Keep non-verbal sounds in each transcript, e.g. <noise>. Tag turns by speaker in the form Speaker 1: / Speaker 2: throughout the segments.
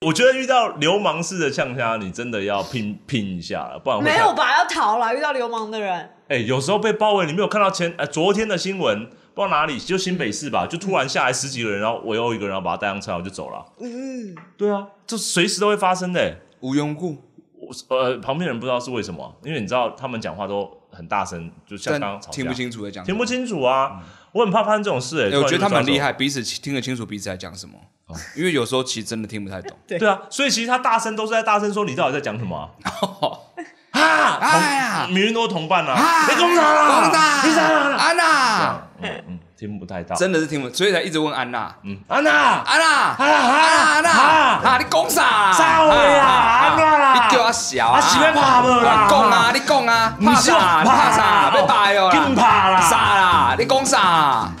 Speaker 1: 我觉得遇到流氓式的呛虾，你真的要拼拼一下了，不然会
Speaker 2: 没
Speaker 1: 太
Speaker 2: 有吧？要逃了，遇到流氓的人，
Speaker 1: 哎、有时候被包围，你没有看到前呃昨天的新闻，不知道哪里，就新北市吧，就突然下来十几个人，然后我又一个人，然后把他带上车，我就走了。
Speaker 2: 嗯，
Speaker 1: 对啊，这随时都会发生的、欸。
Speaker 3: 无缘无故，
Speaker 1: 我呃，旁边人不知道是为什么，因为你知道他们讲话都很大声，就像
Speaker 3: 但
Speaker 1: 刚刚吵架
Speaker 3: 听不，清楚在讲什
Speaker 1: 听
Speaker 3: 么。
Speaker 1: 不清楚啊。我很怕发生这种事、欸，
Speaker 3: 哎我觉得他们很厉
Speaker 1: 害。
Speaker 3: 害，彼此听得清楚彼此在讲什么，
Speaker 1: 哦
Speaker 3: 因为有时候其实真的听不太懂。
Speaker 2: 对
Speaker 1: 对啊，所以其实他大声都是在大声说你到底在讲什么啊？
Speaker 3: <laughs>
Speaker 1: 啊，
Speaker 3: 哎呀
Speaker 1: 同明明都是同伴啊，
Speaker 3: 啊
Speaker 1: 被攻打了，
Speaker 3: 安娜，
Speaker 1: 你咋了？
Speaker 3: 安娜，
Speaker 1: 嗯嗯，听不太到。
Speaker 3: 真的是听不，所以才一直问安娜，
Speaker 1: 嗯，安娜，
Speaker 3: 安娜，
Speaker 1: 安娜
Speaker 3: 安娜，
Speaker 1: 啊
Speaker 3: 安娜，啊，你讲啥？
Speaker 1: 啥话啊安娜啦
Speaker 3: 你叫我小
Speaker 1: 啊
Speaker 3: 啊？
Speaker 1: 是要打无啦
Speaker 3: 啊讲啊，你讲啊，
Speaker 1: 不
Speaker 3: 怕
Speaker 1: 是
Speaker 3: 啥？
Speaker 1: 怕
Speaker 3: 怕啥？被打哟啦，
Speaker 1: 更怕啦啊
Speaker 3: 啥啦？你讲啥？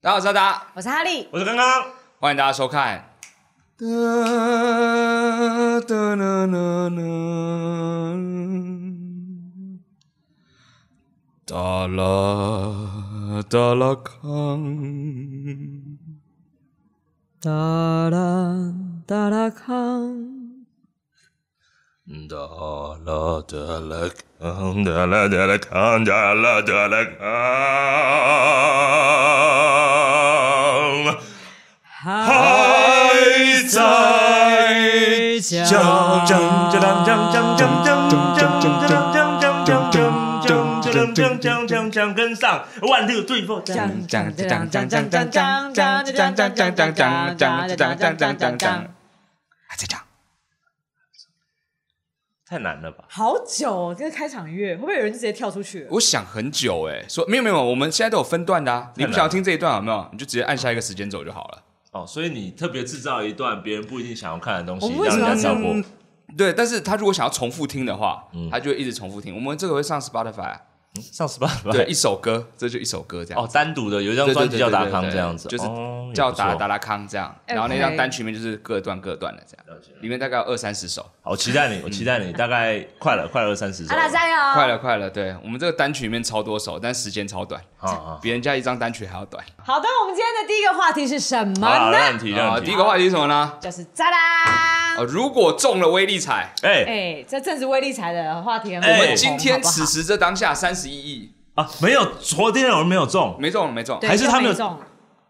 Speaker 3: 大家好，我是阿达，
Speaker 2: 我是哈利，
Speaker 1: 我是刚刚
Speaker 3: 欢迎大家收看。哒哒啦啦啦，哒啦哒啦康，
Speaker 2: 哒啦哒啦康，
Speaker 1: 哒啦哒啦康，哒啦哒啦康，哒啦哒啦康，还在讲讲讲讲讲讲讲讲讲讲讲讲讲讲讲讲讲讲跟上，one two three four 讲。
Speaker 3: 讲讲讲讲讲讲讲讲讲讲讲讲讲讲讲讲讲讲，还在讲。
Speaker 1: 太难了吧？
Speaker 2: 好久哦，这个开场乐会不会有人直接跳出去了？
Speaker 3: 我想很久哎，说没有没有，我们现在都有分段的啊。你不想要听这一段有没有？你就直接按下一个时间轴就好了。
Speaker 1: 哦，所以你特别制造一段别人不一定想要看的东西
Speaker 2: 我，为
Speaker 1: 让
Speaker 2: 什么要
Speaker 1: 人家跳
Speaker 2: 这
Speaker 1: 过。
Speaker 3: 嗯对，但是他如果想要重复听的话，
Speaker 1: 嗯
Speaker 3: 他就会一直重复听。我们这个会上 Spotify 啊。
Speaker 1: 上 Spotify
Speaker 3: 对，一首歌，这就一首歌这样。
Speaker 1: 哦，单独的有一张
Speaker 3: 对，
Speaker 1: 专辑叫达康
Speaker 3: 对对对对对
Speaker 1: 这样子，
Speaker 3: 就是
Speaker 1: 哦
Speaker 3: 叫
Speaker 1: 也不错
Speaker 3: 达达拉康这样。
Speaker 2: OK
Speaker 3: 然后那张单曲面就是各段各段的这样
Speaker 1: 了解了，
Speaker 3: 里面大概有二三十首。
Speaker 1: 好，我期待你，我期待
Speaker 3: 嗯
Speaker 1: 你，大概快了，快了二三十首
Speaker 2: 阿拉
Speaker 1: 了。
Speaker 2: 加油！
Speaker 3: 快了快了，对我们这个单曲里面超多首，但时间超短，
Speaker 1: 好好，
Speaker 3: 比人家一张单曲还要短。
Speaker 2: 好的，我们今天的第一个话题是什
Speaker 1: 好啦
Speaker 2: 么呢？
Speaker 1: 让你提，
Speaker 3: 啊，
Speaker 1: 让你
Speaker 3: 第
Speaker 1: 提
Speaker 3: 一。个话题是什么呢？
Speaker 2: 就是渣啦
Speaker 3: 啊，！如果中了威力彩，
Speaker 1: 哎
Speaker 2: 哎，这正是威力彩的话题很火
Speaker 1: 哎
Speaker 2: 红，
Speaker 1: 我们
Speaker 3: 今
Speaker 2: 好
Speaker 3: 天
Speaker 2: 不好
Speaker 3: 此时这当下三十一亿，
Speaker 1: 啊，没有，昨天有人没有中，
Speaker 3: 没中没中，
Speaker 2: 对
Speaker 1: 还是他没有
Speaker 2: 就中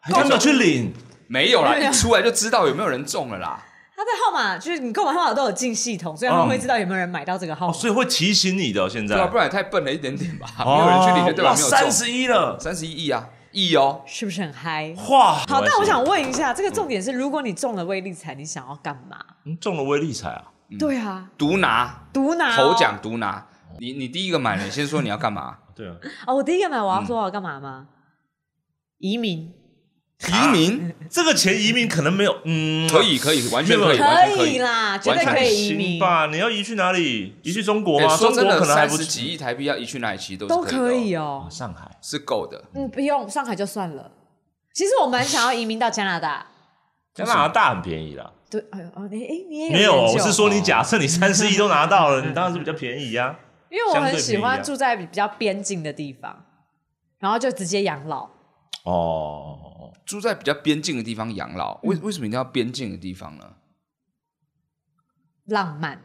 Speaker 1: 他没有去领。
Speaker 3: 没有啦，
Speaker 2: 没有
Speaker 3: 一出来就知道有没有人中了啦。
Speaker 2: 他的号码就是你购买号码都有进系统，所以他们会知道有没有人买到这个号
Speaker 1: 哦，
Speaker 2: 码。
Speaker 1: 所以会提醒你的哦，现在
Speaker 3: 对啊，不然也太笨了一点点吧，
Speaker 1: 哦
Speaker 3: 没有人去领就对吧？没有
Speaker 1: 三
Speaker 3: 中，
Speaker 1: 十一了，
Speaker 3: 三十一亿啊，亿哦，
Speaker 2: 是不是很嗨？
Speaker 1: 哇！
Speaker 2: 好，
Speaker 1: 没关系
Speaker 2: 但我想问一下，这个重点是，如果你中了威力彩，你想要干嘛？
Speaker 1: 嗯中了威力彩啊，
Speaker 2: 对啊，
Speaker 3: 毒拿
Speaker 2: 毒拿哦
Speaker 3: 头奖独拿。你你第一个买了，你先说你要干
Speaker 1: <laughs>
Speaker 3: 嘛？
Speaker 1: 对啊，
Speaker 2: 哦！我第一个买，我要说我要干嘛吗？移民
Speaker 3: 移民
Speaker 1: 这个钱移民可能没有，嗯，
Speaker 3: 可以可以，完全
Speaker 1: 啊没有
Speaker 3: 可以，完全可以。
Speaker 2: 啦，绝
Speaker 3: 完
Speaker 2: 对
Speaker 3: 全
Speaker 2: 可以移
Speaker 1: 行
Speaker 2: 民，
Speaker 1: 吧？你要移去哪里？移去中国
Speaker 3: 哎
Speaker 1: 吗？
Speaker 3: 说
Speaker 1: 中
Speaker 3: 真
Speaker 1: 国
Speaker 3: 的，
Speaker 1: 可能还不
Speaker 3: 三十
Speaker 1: 止
Speaker 3: 几亿台币要移去哪里其实都
Speaker 2: 都
Speaker 3: 是可
Speaker 2: 可以
Speaker 3: 的哦，
Speaker 2: 哦。
Speaker 1: 上海
Speaker 3: 是够的。
Speaker 2: 嗯，不用上海就算了。其实我蛮想要移民到加拿大。
Speaker 1: 加拿大很便宜啦。
Speaker 2: 对，哎呦，哦，你哎，你也
Speaker 1: 没有，
Speaker 2: 有
Speaker 1: 我
Speaker 2: 研究
Speaker 1: 是说你假设
Speaker 3: 哦
Speaker 1: 你三十亿都拿到了，
Speaker 3: <laughs>
Speaker 1: 你当然是比较便宜啊。
Speaker 2: 因为我很
Speaker 1: 相对
Speaker 2: 喜
Speaker 1: 便宜啊
Speaker 2: 欢住在比较边境的地方，然后就直接养老。
Speaker 1: 哦，
Speaker 3: 住在比较边境的地方养老，为为什么一定要边境的地方呢？
Speaker 2: 浪漫，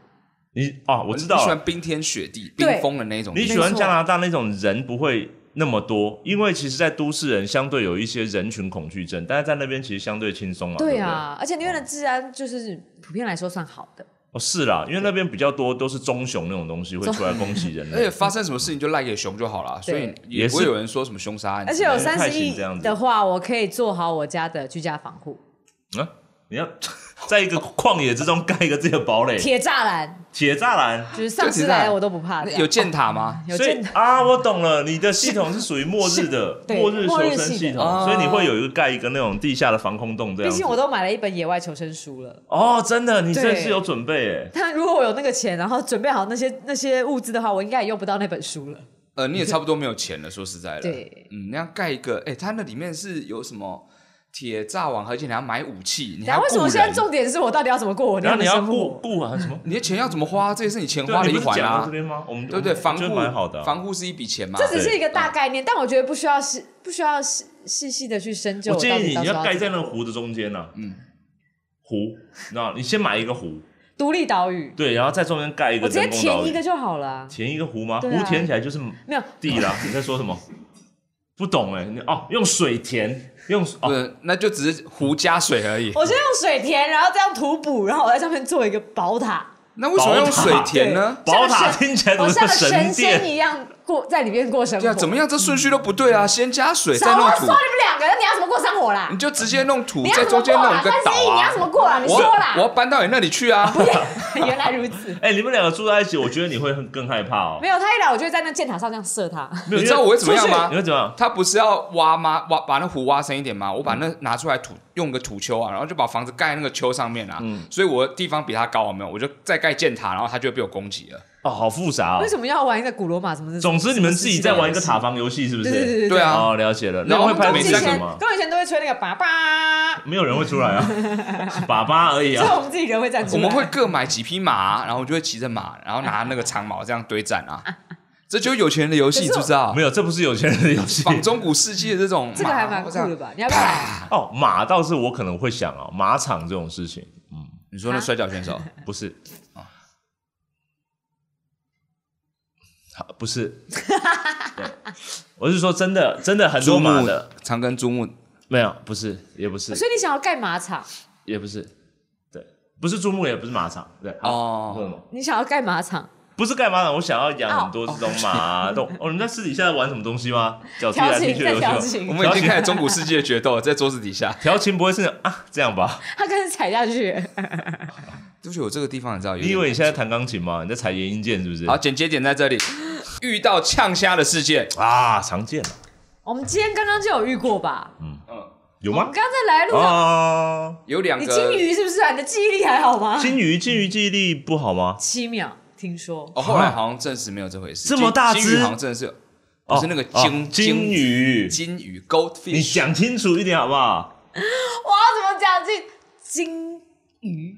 Speaker 1: 你哦，我知道
Speaker 3: 你喜
Speaker 1: 了，
Speaker 3: 欢冰天雪地、
Speaker 2: 对
Speaker 3: 冰封的那种地
Speaker 1: 你
Speaker 3: 方。
Speaker 1: 喜欢加拿大那种人不会那么多，因为其实，在都市人相对有一些人群恐惧症，但是在那边其实相对轻松啊。对
Speaker 2: 对
Speaker 1: 不对，
Speaker 2: 啊，而且那边的治安就是普遍来说算好的。
Speaker 1: 哦是啦，因为那边比较多都是棕熊那种东西会出来攻击人
Speaker 3: <laughs> 而且
Speaker 1: 类。
Speaker 3: 发生什么事情就赖给熊就好了，所以
Speaker 1: 也
Speaker 3: 也
Speaker 1: 是
Speaker 3: 不会有人说什么凶杀案
Speaker 2: 而
Speaker 3: 之
Speaker 2: 且
Speaker 3: 类的。
Speaker 2: 有
Speaker 1: 对
Speaker 2: 三
Speaker 1: 太
Speaker 2: 十
Speaker 1: 行
Speaker 2: 亿
Speaker 1: 这样子
Speaker 2: 的话，我可以做好我家的居家防护，
Speaker 1: 啊，你要在一个旷野之中盖一个自己的堡垒，
Speaker 2: 铁栅栏，
Speaker 1: 铁栅栏。
Speaker 2: 就是上次来了我都不怕。
Speaker 3: 那
Speaker 2: 这样
Speaker 3: 有箭塔吗？
Speaker 2: 有
Speaker 1: 所以
Speaker 2: 见
Speaker 1: 啊，我懂了，你的系统是属于末日的
Speaker 2: 对
Speaker 1: 末日求
Speaker 2: 末日
Speaker 1: 生
Speaker 2: 系
Speaker 1: 系
Speaker 2: 的
Speaker 1: 统，
Speaker 3: 哦
Speaker 1: 所以你会有一个盖一个那种地下的防空洞这
Speaker 2: <laughs> 毕
Speaker 1: 样子。
Speaker 2: 竟我都买了一本野外求生书了。
Speaker 1: 哦，真的，你
Speaker 2: 对
Speaker 1: 真是有准备哎。
Speaker 2: 但如果我有那个钱，然后准备好那些那些物资的话，我应该也用不到那本书了。
Speaker 3: 呃，你也差不多没有钱了，说实在的。
Speaker 2: 对
Speaker 3: 嗯，那样盖一个，哎、它那里面是有什么铁栅网，而且你还要买武器，你还
Speaker 2: 然
Speaker 3: 要
Speaker 2: 啊后为什么
Speaker 3: 雇
Speaker 2: 现在
Speaker 3: 人
Speaker 2: 重点是我到底要怎么过我那
Speaker 1: 然
Speaker 2: 样
Speaker 1: 后你
Speaker 2: 的
Speaker 1: 要
Speaker 2: 生
Speaker 1: 顾
Speaker 2: 活？
Speaker 1: 顾啊什么？
Speaker 3: 你的钱要怎么花？这也是你钱
Speaker 1: 对啊
Speaker 3: 花的
Speaker 1: 你
Speaker 3: 一
Speaker 1: 不是
Speaker 3: 环
Speaker 1: 讲到
Speaker 3: 啊
Speaker 1: 这，边吗？我们
Speaker 3: 对不对？防
Speaker 1: 觉
Speaker 3: 护
Speaker 1: 得蛮好的啊，
Speaker 3: 防护是一笔钱嘛。
Speaker 2: 这只
Speaker 1: 对
Speaker 2: 是一个大概念，但我觉得不需要细不需要细细细的去深究
Speaker 1: 我
Speaker 2: 我到
Speaker 1: 建议
Speaker 2: 底
Speaker 1: 你
Speaker 2: 到
Speaker 1: 你
Speaker 2: 时候
Speaker 1: 要盖
Speaker 2: 要
Speaker 1: 在那个湖的中间呢、啊，
Speaker 3: 嗯，
Speaker 1: 湖，那你先买一个湖，
Speaker 2: 独立岛屿，
Speaker 1: 对，然后在中间盖一个
Speaker 2: 我直接
Speaker 1: 人工岛
Speaker 2: 填一
Speaker 1: 屿
Speaker 2: 个，就好了啊。
Speaker 1: 填一个湖吗？湖
Speaker 2: 对啊
Speaker 1: 填起来就是
Speaker 2: 没有，
Speaker 1: 地啦。你在说什么？不懂哎，你哦，用水填，用
Speaker 3: 不
Speaker 1: 哦，
Speaker 3: 是，那就只是湖加水而已。
Speaker 2: 我就用水填，然后这样涂补，然后我在上面做一个宝塔，
Speaker 3: 那为什么用水填呢？
Speaker 1: 宝
Speaker 2: 像
Speaker 1: 塔
Speaker 2: 神
Speaker 1: 听起 <laughs> 来怎
Speaker 2: 我
Speaker 1: 么
Speaker 2: 像
Speaker 1: 像
Speaker 2: 个神仙
Speaker 1: 殿？
Speaker 2: 一样过在里面过生
Speaker 3: 对
Speaker 2: 活。
Speaker 3: 啊，怎么样？这顺序都不对啊！先加水，
Speaker 2: 少
Speaker 3: 再弄
Speaker 2: 啰嗦你
Speaker 3: 土，
Speaker 2: 们两个，那你要怎么过生活啦
Speaker 3: 你？就直接弄土
Speaker 2: 你，要
Speaker 3: 在
Speaker 2: 怎么
Speaker 3: 中
Speaker 2: 过
Speaker 3: 间弄
Speaker 2: 啦？
Speaker 3: 一个
Speaker 2: 三
Speaker 3: 岛
Speaker 2: 十一，你要
Speaker 3: 啊
Speaker 2: 怎！么过啦？你
Speaker 3: 我
Speaker 2: 说啦 <laughs>
Speaker 3: 我。要搬到你那里去啊！
Speaker 2: 原来如此。
Speaker 1: 哎，你们两个住在一起，我觉得你会很更害怕哦
Speaker 2: 没。有，他一来我就会在那箭塔上这样射他。
Speaker 1: 没有
Speaker 3: 你知道我会怎么样吗
Speaker 1: 你会怎么样？
Speaker 3: 他不是要挖吗？挖把那湖挖深一点吗？我把那拿出来土，用个土丘啊，然后就把房子盖在那个丘上面啊。
Speaker 1: 嗯
Speaker 3: 所以我的地方比他高，有没有？我就再盖箭塔，然后他就会被我攻击了。
Speaker 1: 哦，好复杂哦
Speaker 2: 为。什么要玩一个古罗马什么的？
Speaker 1: 总之，你们自己在玩一个塔防游戏，是不
Speaker 2: 对。对对
Speaker 1: 是？
Speaker 2: 对
Speaker 3: 对啊
Speaker 1: 哦，了解了。
Speaker 3: 那
Speaker 1: 那
Speaker 3: 我
Speaker 1: 会
Speaker 3: 们
Speaker 1: 拍
Speaker 3: 公
Speaker 1: 美
Speaker 3: 司
Speaker 2: 以
Speaker 1: 剧
Speaker 2: 前
Speaker 1: 什么？
Speaker 2: 跟我以前都会吹那个爸爸，
Speaker 1: 没有人会出来啊，
Speaker 2: <laughs>
Speaker 1: 粑粑而已
Speaker 2: 只有
Speaker 1: 啊。
Speaker 2: 我们自己人会站出
Speaker 3: 我
Speaker 2: 来。
Speaker 3: 们会各买几匹马啊、然后我就会骑着马，然后拿那个长矛这样堆战啊。这就是有钱人的游戏，
Speaker 2: 可
Speaker 3: 你
Speaker 2: 是
Speaker 3: 知
Speaker 2: 我
Speaker 3: 不知道？
Speaker 1: 没有，这不是有钱人的游戏。
Speaker 3: 仿中古世纪的这种马，啊
Speaker 2: 这个还蛮酷
Speaker 3: 这
Speaker 2: 的
Speaker 3: 样。
Speaker 2: 吧？你要不要来？
Speaker 1: 哦，马倒是我可能会想哦，马场这种事情
Speaker 3: 你说那摔跤选手，
Speaker 2: 啊
Speaker 1: 不是。
Speaker 3: 啊
Speaker 1: 好，不是，对我是说真的，真的很多
Speaker 3: 珠
Speaker 1: 马
Speaker 3: 穆
Speaker 1: 的，
Speaker 3: 长跟珠穆，
Speaker 1: 没有，不是，也不是，
Speaker 2: 所以你想要盖马场，
Speaker 1: 也不是，对，不是珠穆，也不是马场，对，好
Speaker 3: 哦
Speaker 1: 你说什么
Speaker 2: 你想要盖马场，
Speaker 1: 不是盖马场，我想要养很多这种马 <laughs> 啊动。哦，你们在私底下玩什么东西吗？脚踢
Speaker 2: 调
Speaker 1: 来踢
Speaker 2: 情
Speaker 1: 去
Speaker 2: 再
Speaker 1: 的游
Speaker 2: 调
Speaker 1: 戏吗。
Speaker 3: 我
Speaker 2: 情，
Speaker 3: 们已经开始中古世纪的决斗了，在桌子底下。
Speaker 1: 调情不会是啊这样吧？
Speaker 2: 他开始踩下去。
Speaker 3: 对不起，我这个地方你知道有
Speaker 1: 你
Speaker 3: 点。
Speaker 1: 以为你现在弹钢琴吗？你在踩延音键是不是？
Speaker 3: 好，简接点在这里，遇到呛虾的事件，
Speaker 1: 啊，常见了，
Speaker 2: 我们今天刚刚就有遇过吧？
Speaker 3: 嗯，
Speaker 1: 有
Speaker 2: 我
Speaker 1: 吗
Speaker 2: 们？刚刚在来路上，
Speaker 1: 啊，
Speaker 3: 有两
Speaker 2: 你
Speaker 3: 个
Speaker 2: 金鱼是不是啊？你的记忆力还好吗？
Speaker 1: 金鱼，金鱼记忆力不好吗？
Speaker 2: 七秒，听说。
Speaker 3: 哦，后来好像证实没有这回
Speaker 1: 啊
Speaker 3: 事。
Speaker 1: 这么大
Speaker 3: 金
Speaker 1: 只
Speaker 3: 金鱼好像真的是有，不是那个
Speaker 1: 哦
Speaker 3: 鲸
Speaker 1: 金鱼，
Speaker 3: 金鱼
Speaker 1: 你
Speaker 3: goldfish，
Speaker 1: 讲清楚一点好不好？
Speaker 2: 我要怎么讲这金鱼？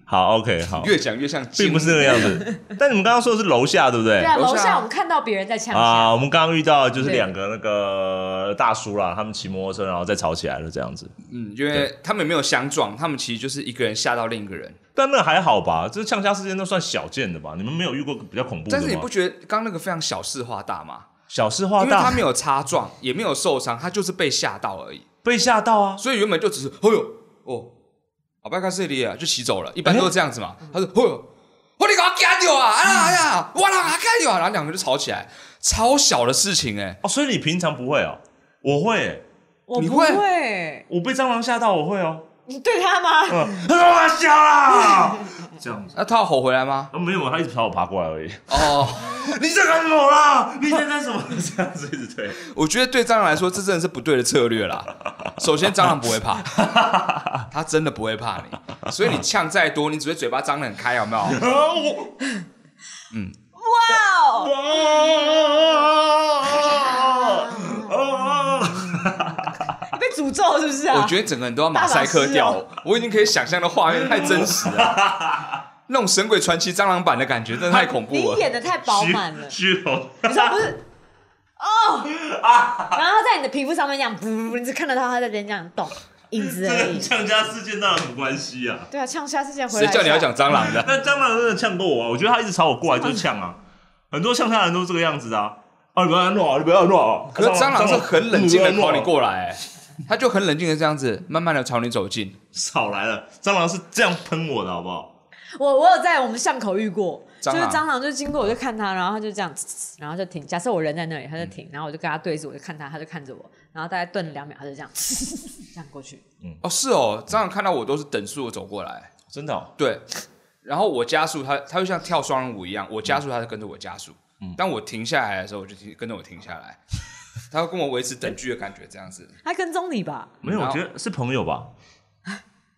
Speaker 1: 好，OK，好，
Speaker 3: 越讲越像鲸鱼，
Speaker 1: 并不是那个样子。但你们刚刚说的是楼下，对不对
Speaker 2: 对？啊，
Speaker 3: 楼
Speaker 2: 楼
Speaker 3: 下
Speaker 2: 下我们看到别人在呛
Speaker 1: <laughs>
Speaker 2: 虾，
Speaker 3: <laughs>
Speaker 1: 啊，我们刚刚遇到的就是
Speaker 2: 对
Speaker 1: 两个那个大叔啦，他们骑摩托车然后再吵起来了这样子。
Speaker 3: 嗯，因为他们没有相撞，他们其实就是一个人吓到另一个人。
Speaker 1: 但那还好吧，这呛虾事件都算小件的吧？你们没有遇过比较恐怖的
Speaker 3: 但
Speaker 1: 吗？
Speaker 3: 是你不觉得刚那个非常小事化大吗？
Speaker 1: 小事
Speaker 3: 因
Speaker 1: 化
Speaker 3: 为他
Speaker 1: 大，
Speaker 3: 没有擦撞，也没有受伤，他就是被吓到而已。
Speaker 1: 被吓到啊！
Speaker 3: 所以原本就只是，哦呦，哦，阿拜卡斯利啊，就骑走了，一般都是这样子
Speaker 2: 嗯
Speaker 3: 嘛。他说，哦呦，我你给我干掉啊！啊呀呀，我让他干掉啊！然后两个人就吵起来，超小的事情哎、
Speaker 1: 哦，所以你平常不会哦？我会欸，
Speaker 2: 我
Speaker 3: 你
Speaker 2: 不
Speaker 3: 会
Speaker 2: 会。
Speaker 1: 我被蟑螂吓到，我会哦。
Speaker 2: 你对他吗？
Speaker 1: 嗯，他说我小
Speaker 3: <laughs>
Speaker 1: 啦，这样子。
Speaker 3: 那他有吼回
Speaker 2: <laughs>
Speaker 3: 来吗？
Speaker 1: 啊，没有，他一直朝我爬过来而已。
Speaker 3: 哦，
Speaker 1: 你在干什么啦？你在干
Speaker 3: <laughs>
Speaker 1: 什么？这样子一直推。
Speaker 3: 我觉得对蟑螂来说，这真的是不对的策略啦。首先，蟑螂不
Speaker 2: <laughs>
Speaker 3: 会怕，它真的不会怕你，所以你呛再多，你只会嘴巴张得很开，有没有？
Speaker 2: <laughs>
Speaker 1: 啊我
Speaker 2: 哇哦！
Speaker 1: 啊
Speaker 2: 你被诅咒是不是啊？
Speaker 3: 我觉得整个人都要马赛克掉，
Speaker 2: 大法师
Speaker 3: 我已经可以想象的画面太真实了，
Speaker 2: <laughs>
Speaker 3: 那种《神鬼传奇》蟑螂版的感觉真的太恐怖
Speaker 2: 你
Speaker 3: 了。
Speaker 2: 演的太饱满了，
Speaker 1: 虚虚荣。
Speaker 2: 你知道不是？哦，然后在你的皮肤上面这样，噗，你只看得到它在边这样动，影子
Speaker 1: 这
Speaker 2: 而
Speaker 1: 跟 <laughs>
Speaker 2: 已。
Speaker 1: 呛家事件当然有关系啊。
Speaker 2: 对啊，呛虾事件回来
Speaker 3: 谁
Speaker 2: 一下，
Speaker 3: 叫你要讲蟑螂的？
Speaker 1: 但蟑螂真的呛过我啊！我觉得他一直朝我过来就是呛啊，很多呛虾人都是这个样子的啊。啊，你不要乱啊！你不要乱啊！
Speaker 3: <laughs> 可是蟑螂是很冷静的
Speaker 1: 不要
Speaker 3: 朝
Speaker 1: 乱
Speaker 3: 你
Speaker 1: 啊
Speaker 3: 过来、欸，它就很冷静的这样子，慢慢的朝你走近。
Speaker 1: 少来了，蟑螂是这样喷我的，好不好？
Speaker 2: <laughs> 我我有在我们巷口遇过，就
Speaker 3: 蟑
Speaker 2: 是
Speaker 3: 螂
Speaker 2: 蟑螂就经过，我就看它，然后它就这样，呲呲然后就停。假设我人在那里，它就
Speaker 3: 嗯
Speaker 2: 停，然后我就跟它对视，我就看它，它就看着我，然后大概顿了两秒，它就这
Speaker 3: <laughs>
Speaker 2: 样呲这样过去。
Speaker 3: 哦，是哦，蟑螂看到我都是等速的走过来，
Speaker 1: 真的、哦，
Speaker 3: 对。然后我加速它，它就像跳双人舞一样，我加速它就跟着我加速。当我停下来的时候，我就停跟着我停下 <laughs> 来，它会跟我维持等距的感觉，这样子。
Speaker 2: 它跟踪你吧？
Speaker 1: 没有，
Speaker 3: 然
Speaker 1: 我
Speaker 3: 后
Speaker 1: 觉得是朋友吧。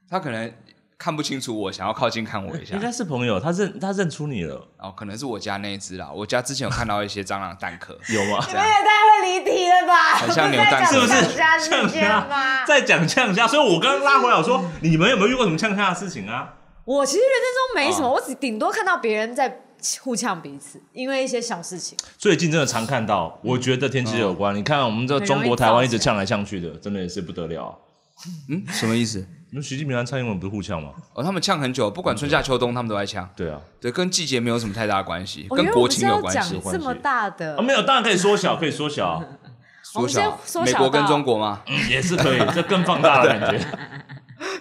Speaker 3: 他可能看不清楚我，想要靠近看我一 <laughs> 下
Speaker 1: 应。该是朋友，他认他认出你了，
Speaker 3: 哦，可能是我家那一只啦，我家之前有看到一些蟑螂 <laughs> 蛋壳，
Speaker 1: 有吗？ <laughs>
Speaker 3: 这
Speaker 4: 你们
Speaker 2: 哎
Speaker 3: 样
Speaker 4: 也太会离题了吧？
Speaker 3: 很像扭蛋
Speaker 4: 不
Speaker 3: 是不
Speaker 4: 在
Speaker 3: 是
Speaker 4: 讲家之
Speaker 1: 呛
Speaker 4: 间吗
Speaker 1: 虾，？在讲呛虾，所以我刚刚拉回来，我说你们有没有遇过什么呛虾的事情啊？
Speaker 2: 我其实人生中没什么，
Speaker 3: 啊
Speaker 2: 我只顶多看到别人在互呛彼此，因为一些小事情。
Speaker 1: 最近真的常看到，
Speaker 3: 嗯
Speaker 1: 我觉得天气有关。你看我们这中国台湾一直呛来呛去的，真的也是不得了啊。
Speaker 3: 嗯，什么意思？
Speaker 1: 你们习近平和蔡英文不是互呛吗？
Speaker 3: 哦，他们呛很久，不管春夏秋冬，他们都在呛。
Speaker 1: 对啊，
Speaker 3: 对，跟季节没有什么太大的关系，
Speaker 2: 我觉
Speaker 3: 跟
Speaker 2: 得哦我
Speaker 3: 国
Speaker 2: 们是
Speaker 3: 情有
Speaker 2: 要
Speaker 3: 关
Speaker 2: 讲
Speaker 3: 系。
Speaker 2: 这么大的
Speaker 1: 啊，，没有，当然可以缩小，可以缩
Speaker 3: <laughs>
Speaker 1: 小，
Speaker 2: 我
Speaker 3: 缩
Speaker 2: 们
Speaker 3: 小
Speaker 2: 先缩
Speaker 3: 美
Speaker 2: 小
Speaker 3: 国跟
Speaker 2: 到
Speaker 3: 中国吗？ <laughs>
Speaker 1: 嗯也是可以，这更放大的感觉。
Speaker 3: 啊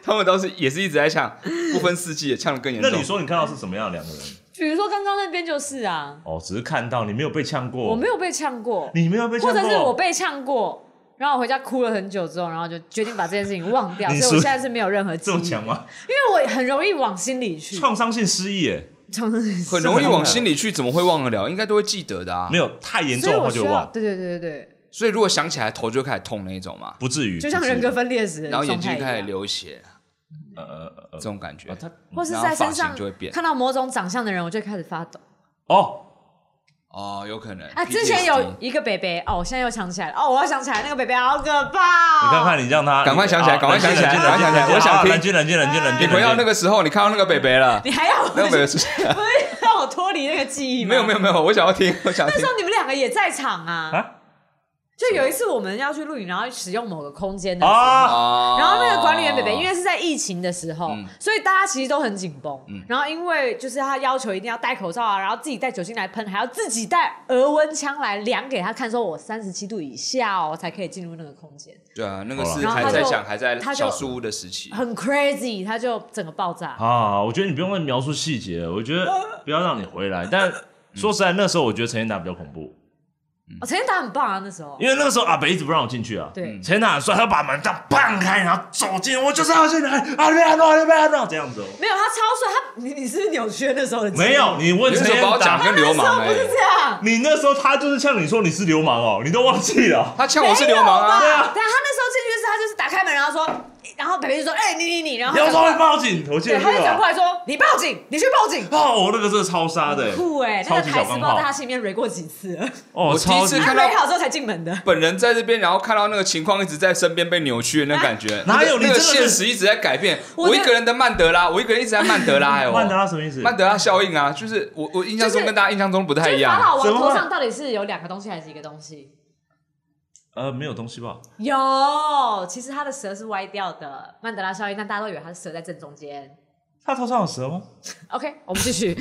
Speaker 3: 他们倒是也是一直在呛，不分四季，呛得更严
Speaker 1: 那
Speaker 3: 重。
Speaker 1: 你说你看到是什么样的两个人？
Speaker 2: 比如说刚刚那边就是啊，
Speaker 1: 哦，只是看到你没有被呛过，
Speaker 2: 我没有被呛过，
Speaker 1: 你没有被呛
Speaker 2: <laughs> 或
Speaker 1: 过，
Speaker 2: 者是我被呛过，然后我回家哭了很久之后，然后就决定把这件事情忘掉，
Speaker 1: 你
Speaker 2: 所以我
Speaker 1: 是
Speaker 2: 现在是没有任何记
Speaker 1: 这么
Speaker 2: 忆，因
Speaker 1: 强吗？
Speaker 3: 嗯
Speaker 2: 为我很容易往心里去。
Speaker 1: 创伤性失忆耶，
Speaker 2: 创伤性
Speaker 3: 很容易往心里去，怎么会忘得了？应该都会记得的啊。
Speaker 1: 没有太严
Speaker 2: 所
Speaker 1: 重
Speaker 2: 以
Speaker 1: 的
Speaker 2: 我
Speaker 1: 话
Speaker 2: 需
Speaker 1: 就
Speaker 2: 要
Speaker 1: 忘，
Speaker 2: 对对对对对，
Speaker 3: 所以如果想起来，头就会开始痛那一种嘛，
Speaker 1: 不至于，
Speaker 2: 就像
Speaker 1: 不至于
Speaker 2: 人格，分裂时的
Speaker 3: 然后眼
Speaker 2: 状态
Speaker 3: 睛
Speaker 2: 一
Speaker 3: 开始
Speaker 2: 样，
Speaker 3: 流血，
Speaker 1: 呃呃呃
Speaker 3: 这种感觉
Speaker 1: 呃，。他
Speaker 2: 或是
Speaker 3: 然后
Speaker 2: 在
Speaker 3: 发
Speaker 2: 身上
Speaker 3: 型就会变
Speaker 2: 看到某种长相的人，我就开始发抖
Speaker 1: 哦，
Speaker 3: 哦，有可能
Speaker 2: 啊！
Speaker 3: PTSD
Speaker 2: 之前有一个北北哦，我现在又想起来了哦，我要想起来那个北北好可怕、哦！
Speaker 1: 你看看你让他
Speaker 3: 赶快想起来
Speaker 1: 好
Speaker 3: 赶快想起来
Speaker 1: 冷静
Speaker 3: 赶快想起来
Speaker 1: 冷静
Speaker 3: 我想
Speaker 1: 好
Speaker 3: 听哎
Speaker 1: 冷静冷静冷静冷
Speaker 3: 你
Speaker 1: 静，
Speaker 3: 回到那
Speaker 1: 个
Speaker 3: 个时候，你看到那个北北了，
Speaker 2: 你还要我
Speaker 3: 那个北北
Speaker 2: 不
Speaker 3: 是
Speaker 2: 是让我脱离那个记忆吗？
Speaker 3: 没有没有没有，我想要听，我想要
Speaker 2: 那
Speaker 3: 听
Speaker 2: 时。候你们两个也在场啊。
Speaker 1: 啊
Speaker 2: 就有一次我们要去露营，然后使用某个空间的时候，
Speaker 1: 啊，嗯
Speaker 3: 哦
Speaker 2: 然后那个管理员北北，因为是在疫情的时候，所以大家其实都很紧绷。然后因为就是他要求一定要戴口罩啊，然后自己带酒精来喷，还要自己带额温枪来量给他看，说我三十七度以下哦才可以进入那个空间，
Speaker 3: 对啊，那个是
Speaker 1: 然
Speaker 2: 后他
Speaker 3: 还在
Speaker 2: 就
Speaker 3: 想还在
Speaker 2: 他就
Speaker 3: 小树屋的时期，
Speaker 2: 很 crazy，他就整个爆炸。
Speaker 1: 啊，我觉得你不用再描述细节了，我觉得不要让你回来。但说实在，那时候我觉得陈建达比较恐怖，嗯
Speaker 2: 我陈建达很棒啊，那时候
Speaker 1: 因为那个时候阿北一直不让我进去啊。
Speaker 2: 对，
Speaker 1: 陈建达很帅，他把门这样棒开，然后走进，我就是要进来，啊，别安诺，别安诺，这样子哦。
Speaker 2: 没有他超帅，他你你是不是扭曲了那时候的记忆
Speaker 1: 没有，你问
Speaker 3: 你为
Speaker 1: 陈
Speaker 3: 什么
Speaker 1: 建
Speaker 3: 把我讲
Speaker 1: 达
Speaker 3: 得，跟流氓哎
Speaker 2: 不？是这样。
Speaker 1: 你那时候他就是像你说你是流氓哦，你都忘记了。
Speaker 3: 他呛我是流氓啊！
Speaker 1: 对
Speaker 2: 但
Speaker 1: 啊
Speaker 2: 他那时候进去是，他就是打开门，然后说，然后北北就说：“哎、你你你。”然后
Speaker 1: 你要
Speaker 2: 他
Speaker 1: 说会报警，我记
Speaker 2: 对，
Speaker 1: 得
Speaker 2: 他
Speaker 1: 这
Speaker 2: 就转过
Speaker 1: 个。
Speaker 2: 来说：“你报警，你去报警。
Speaker 1: 哦，我那个真的超杀的”欸，
Speaker 2: 酷哎、
Speaker 1: 超
Speaker 2: 那个
Speaker 1: 级
Speaker 2: 台
Speaker 1: 小
Speaker 2: 词
Speaker 1: 钢
Speaker 2: 不知道
Speaker 1: 炮
Speaker 2: 在。他心里面 r 过几次
Speaker 3: <laughs>
Speaker 2: 了。
Speaker 1: 哦，
Speaker 3: 我第一
Speaker 1: 超
Speaker 3: 次
Speaker 1: 级
Speaker 2: 他
Speaker 3: 看到
Speaker 2: r 好之后才进门的，
Speaker 3: 本人在这边，然后看到那个情况一直在身边被扭曲的那感觉，
Speaker 1: <laughs> 哪有你
Speaker 3: 那个
Speaker 1: 真
Speaker 3: 那个
Speaker 1: 的是
Speaker 3: 现实一直在改变？
Speaker 2: 我
Speaker 3: 我
Speaker 2: 觉
Speaker 3: 一
Speaker 2: 得
Speaker 3: 个人的曼德拉，我一个人一直在曼德拉哟。
Speaker 1: 曼德拉什么意思？
Speaker 3: 曼德拉效应啊，就是我我印象
Speaker 2: 就
Speaker 3: 中
Speaker 2: 是
Speaker 3: 跟大家印象中不太一
Speaker 2: 法
Speaker 3: 样。
Speaker 2: 老王
Speaker 1: 怎么
Speaker 2: 头
Speaker 1: 会
Speaker 2: 上到底是有两个东西还是一个东西？
Speaker 1: 呃，没有东西吧？
Speaker 2: 有，其实他的舌是歪掉的，曼德拉效应，但大家都以为他的舌在正中间。
Speaker 1: 他头上有蛇吗？
Speaker 2: OK，我们继
Speaker 3: <laughs>
Speaker 2: 续。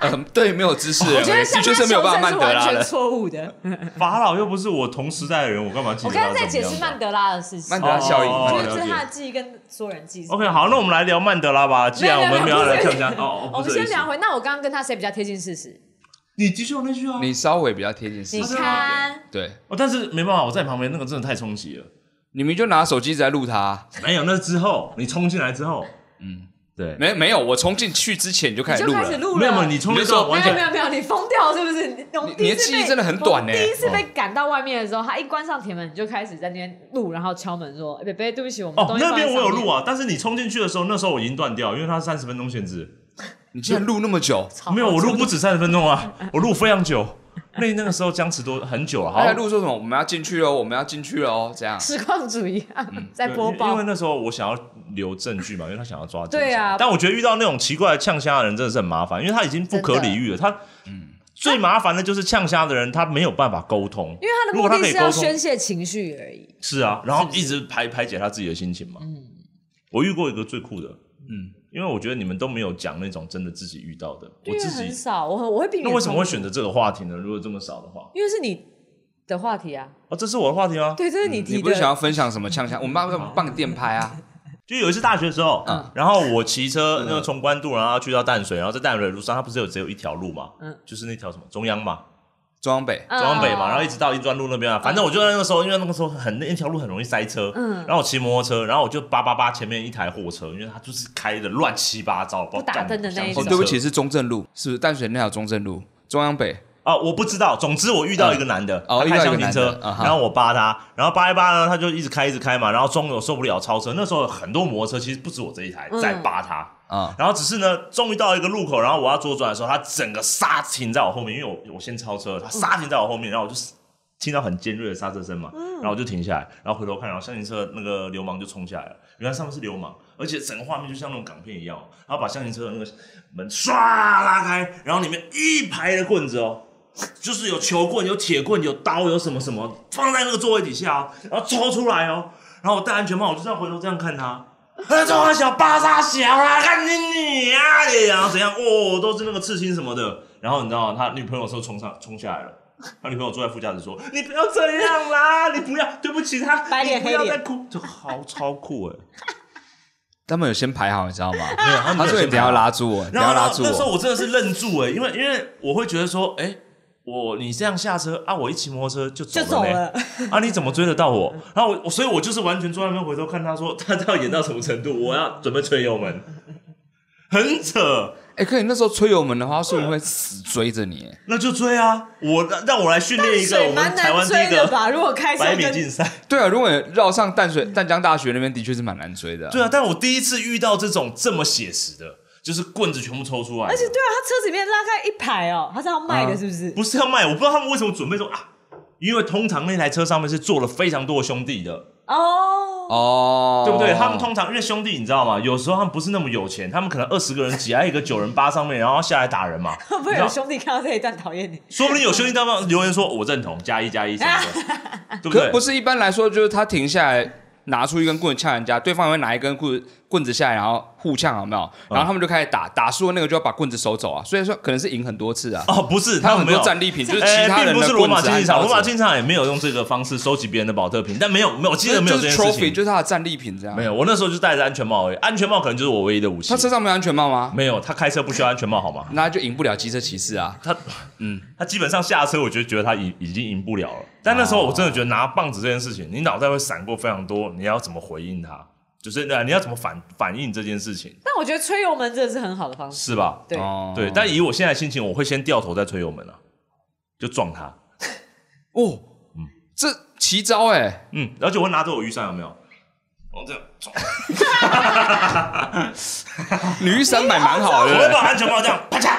Speaker 3: 嗯，对，没有知识，
Speaker 2: 我觉得像
Speaker 3: 的
Speaker 2: 他
Speaker 3: 确是没有办法曼
Speaker 2: 是
Speaker 3: 德拉
Speaker 2: 完全
Speaker 3: 的。
Speaker 2: 错误
Speaker 3: <laughs>
Speaker 2: 的。
Speaker 1: 法老又不是我同时代的人，我干嘛记
Speaker 2: 我
Speaker 1: 得
Speaker 2: 刚
Speaker 1: 他
Speaker 2: 刚在
Speaker 1: 怎
Speaker 2: 解
Speaker 1: 么样
Speaker 2: 释
Speaker 1: 子
Speaker 2: 曼德拉的事情，
Speaker 3: 曼德拉效应
Speaker 1: 哦
Speaker 3: 曼
Speaker 1: 哦哦
Speaker 3: 德拉
Speaker 2: 就
Speaker 1: 了
Speaker 2: 是
Speaker 1: 解
Speaker 2: 他的记忆跟所有人记忆是不一样的。
Speaker 1: OK，好，那我们来聊曼德拉吧。既然我们没有要来跳江，哦，
Speaker 2: <laughs>
Speaker 1: 哦
Speaker 2: 我
Speaker 1: 不
Speaker 2: 们
Speaker 1: 是
Speaker 2: 先聊，回，那我刚刚跟他谁比较贴近事实？
Speaker 1: 你继续用那句啊。
Speaker 3: 你稍微比较贴近
Speaker 2: 你
Speaker 3: 事实，
Speaker 2: 看，
Speaker 3: 对，
Speaker 1: 哦，但是没办法，我在旁边那个真的太冲击了。
Speaker 3: 你们就拿手机一直在录他，啊
Speaker 1: 没有，那之后你冲进来之后，嗯，对，
Speaker 3: 没没有，我冲进去之前就开始
Speaker 2: 你
Speaker 3: 录
Speaker 2: 就开始
Speaker 3: 了。
Speaker 2: 录了，
Speaker 1: 没有，没有，你冲进
Speaker 3: 你
Speaker 1: 来
Speaker 3: 就说
Speaker 1: 完
Speaker 2: 没有没
Speaker 1: 全
Speaker 2: 有没有，你疯掉是不是？你我们第一次
Speaker 3: <laughs> 你你的记忆
Speaker 2: 被
Speaker 3: 真的很短欸
Speaker 2: 我们第一次被赶到外面的时候，他一关上铁门，你就开始在那边录，然后敲门说：“哎北北，对不起，我们
Speaker 1: 哦
Speaker 2: 东西
Speaker 1: 那
Speaker 2: 放在
Speaker 1: 边我有
Speaker 2: 上面
Speaker 1: 录，啊，但是你冲进去的时候，那时候我已经断掉，因为它是三十分钟限制。
Speaker 3: 你竟然录那么久，
Speaker 2: 操
Speaker 1: 没有，我录不止三十分钟啊，
Speaker 2: 嗯
Speaker 1: 我录非常久。那那个时候僵持多很久了，
Speaker 3: 他
Speaker 1: 好
Speaker 3: 在录说什么？我们要进去了，我们要进去了哦，这样。
Speaker 2: 实况主一样在
Speaker 1: 嗯对
Speaker 2: 播
Speaker 1: 因为因为
Speaker 2: 报。”
Speaker 1: 那时候我想要留证据嘛，因为他想要抓奸
Speaker 2: 对啊
Speaker 1: 杀但我觉得遇到那种奇怪的呛虾的人真的是很麻烦，因为他已经不可理喻了。他最麻烦的就是呛虾的人，他没有办法沟通，
Speaker 2: 因为他的
Speaker 1: 如果
Speaker 2: 目
Speaker 1: 他
Speaker 2: 的
Speaker 1: 可以
Speaker 2: 是要
Speaker 1: 沟通，
Speaker 2: 宣泄情绪而已，
Speaker 1: 是啊，然后一直排排解他自己的心情嘛。
Speaker 2: 嗯
Speaker 1: 我遇过一个最酷的，
Speaker 3: 嗯
Speaker 1: 嗯，因为我觉得你们都没有讲那种真的自己遇到的，我
Speaker 2: 因为
Speaker 1: 自
Speaker 2: 啊很
Speaker 1: 己
Speaker 2: 少，我很我会避免。
Speaker 1: 那为什么会选？择这个话题呢？如果这么少的话，
Speaker 2: 因为是你的话题啊，
Speaker 1: 哦，这是我的话题吗？
Speaker 2: 对，这是你提
Speaker 3: 你
Speaker 2: 的。
Speaker 3: 不是想要分享什么呛呛？我们帮帮个电拍啊，
Speaker 1: 就有一次大学的时候，
Speaker 3: 嗯
Speaker 1: 然后我骑
Speaker 2: 嗯
Speaker 1: 车那个从关渡，然后去到淡水，然后在淡水的路上，它不是有只有一条路嘛，
Speaker 2: 嗯
Speaker 1: 就是那条什么中央嘛，
Speaker 3: 中央北。
Speaker 1: 中央北嘛，
Speaker 2: 嗯
Speaker 1: 然后一直到一专路那边啊，反正我就在那个时候，因为那个时候很那一条路很容易塞车，
Speaker 2: 嗯
Speaker 1: 然后我骑摩托车，然后我就叭叭叭前面一台货车，因为它就是开的乱七八糟，不
Speaker 2: 打灯的那一
Speaker 3: 哦，
Speaker 2: 种
Speaker 3: 对不起，是中正路，是不是淡水那条中正路，中央北。
Speaker 1: 啊，我不知道。总之我遇到一个男的，
Speaker 3: 嗯哦
Speaker 1: 他开箱
Speaker 3: 遇到一个
Speaker 1: 停
Speaker 3: 男
Speaker 1: 车
Speaker 3: 的，啊哈
Speaker 1: 然后我扒他，然后扒一扒呢，他就一直开一直开嘛，然后终于我受不了超车。那时候很多摩托车，其实不止我这一台
Speaker 2: 嗯
Speaker 1: 在扒他。
Speaker 3: 啊，
Speaker 1: 然后只是呢，终于到一个路口，然后我要左转的时候，他整个刹停在我后面，因为我我先超车，他刹停在我后面，然后我就听到很尖锐的刹车声嘛，然后我就停下来，然后回头看，然后相型车那个流氓就冲下来了，原来上面是流氓，而且整个画面就像那种港片一样，然后把相型车的那个门唰拉开，然后里面一排的棍子哦。就是有球棍、有铁棍、有刀、有什么什么，放在那个座位底下哦，然后抽出来哦，然后我戴安全帽，我就这样回头这样看他，他中华小巴沙小啦，看你你啊你，然后怎样哦，都是那个刺青什么的，然后你知道吗？他女朋友的时候冲上冲下来了。他女朋友坐在副驾驶说：“你不要这样啦，你不要，对不起他，
Speaker 2: 白脸
Speaker 1: 你不要
Speaker 2: 黑
Speaker 1: 再
Speaker 2: 脸
Speaker 1: 哭，就好超酷哎、
Speaker 3: 他们有先排好，你知道吗？
Speaker 1: 没有，他
Speaker 3: 他
Speaker 1: 们
Speaker 3: 说你不要拉住我，你不
Speaker 1: 然后
Speaker 3: 要
Speaker 1: 然
Speaker 3: 拉
Speaker 1: 后
Speaker 3: 住
Speaker 1: 那时候
Speaker 3: 我。
Speaker 1: 我真的是愣住哎、因为因为我会觉得说，哎、我你这样下车啊，我一骑摩托车就走
Speaker 2: 就
Speaker 1: 了,、
Speaker 2: 走了。
Speaker 1: <laughs> 啊，你怎么追得到我？然后我我所以，我就是完全坐在那边回头看他说他要演到什么程度，我要准备吹油门，很扯，
Speaker 3: 哎，可你那时候吹油门的话，说不定会死追着你。哎
Speaker 1: 那就追啊！我让让我来训练一个
Speaker 2: 水
Speaker 1: 我
Speaker 2: 蛮
Speaker 1: 们台
Speaker 2: 难
Speaker 1: 湾第
Speaker 2: 追
Speaker 1: 一
Speaker 2: 的
Speaker 1: 个
Speaker 2: 吧？如果开车
Speaker 1: 百米
Speaker 2: 跟
Speaker 1: 竞赛。
Speaker 3: 对啊，如果你绕上淡水淡江大学那边，的确是蛮难追的。
Speaker 1: 对啊，但我第一次遇到这种这么写实的，就是棍子全部抽出来的，
Speaker 2: 而且对啊，他车子里面拉开一排哦，他是要卖的，是不是？
Speaker 1: 不是要卖，我不知道他们为什么准备说啊，因为通常那台车上面是坐了非常多的兄弟的。
Speaker 2: 哦，
Speaker 3: 哦，
Speaker 1: 对不对？他们通常因为兄弟，你知道吗？有时候他们不是那么有钱，他们可能二十个人挤在一个九人八上面，然后下来打人嘛。
Speaker 2: 会不会有兄弟看到这一段讨 <laughs> 厌你？
Speaker 1: 说不定有兄弟他们留言说：“我认同，加一加一什么的，对不
Speaker 3: 可
Speaker 1: 对？”
Speaker 3: 不是一般来说，就是他停下来拿出一根棍子呛人家，对方也会拿一根棍棍子下来，然后互呛，有没有？
Speaker 1: 嗯
Speaker 3: 然后他们就开始打，打输了那个就要把棍子收走啊。所以说可能是赢很多次啊。
Speaker 1: 哦，不是，
Speaker 3: 他
Speaker 1: 他
Speaker 3: 有
Speaker 1: 们
Speaker 3: 很
Speaker 1: 没
Speaker 3: 多
Speaker 1: 有
Speaker 3: 战利品，就是
Speaker 1: 哎
Speaker 3: 其他
Speaker 1: 并
Speaker 3: 人
Speaker 1: 不
Speaker 3: 的
Speaker 1: 是罗马
Speaker 3: 棍子
Speaker 1: 竞技
Speaker 3: 啊
Speaker 1: 场，
Speaker 3: 刀
Speaker 1: 罗马
Speaker 3: 子
Speaker 1: 竞技场也没有用这个方式收集别人的保特瓶，但没有没有，我记得没有
Speaker 3: 就
Speaker 1: 这
Speaker 3: 是
Speaker 1: 件事
Speaker 3: trophy，
Speaker 1: 情，
Speaker 3: 就是他的战利品这样。
Speaker 1: 没，有。我那时候就戴着安全帽而已，安全帽可能就是我唯一的武器
Speaker 3: 他。车上没有安全帽吗？
Speaker 1: 没有，他开车不需要安全帽好吗？
Speaker 3: 那就赢不了机车骑士啊。
Speaker 1: 他，嗯，他基本上下车，我就觉得他已已经赢不了了。但那时候我真的觉得拿棒子这件事情，你脑袋会闪过非常多，你要怎么回应他，就是呃，你要怎么反反应这件事情，
Speaker 2: 但我觉得吹油门真的是很好的方式，
Speaker 1: 是吧？
Speaker 2: 对，
Speaker 3: 哦
Speaker 1: 对，但以我现在心情，我会先掉头再吹油门啊，就撞他，
Speaker 3: 哦，这奇招哎，
Speaker 1: 嗯，而且我会拿着我雨伞，有没有？哦，这样，
Speaker 3: 女雨伞买蛮好
Speaker 1: 我 <laughs> 会
Speaker 3: 的，
Speaker 1: 把安全帽这样啪嚓，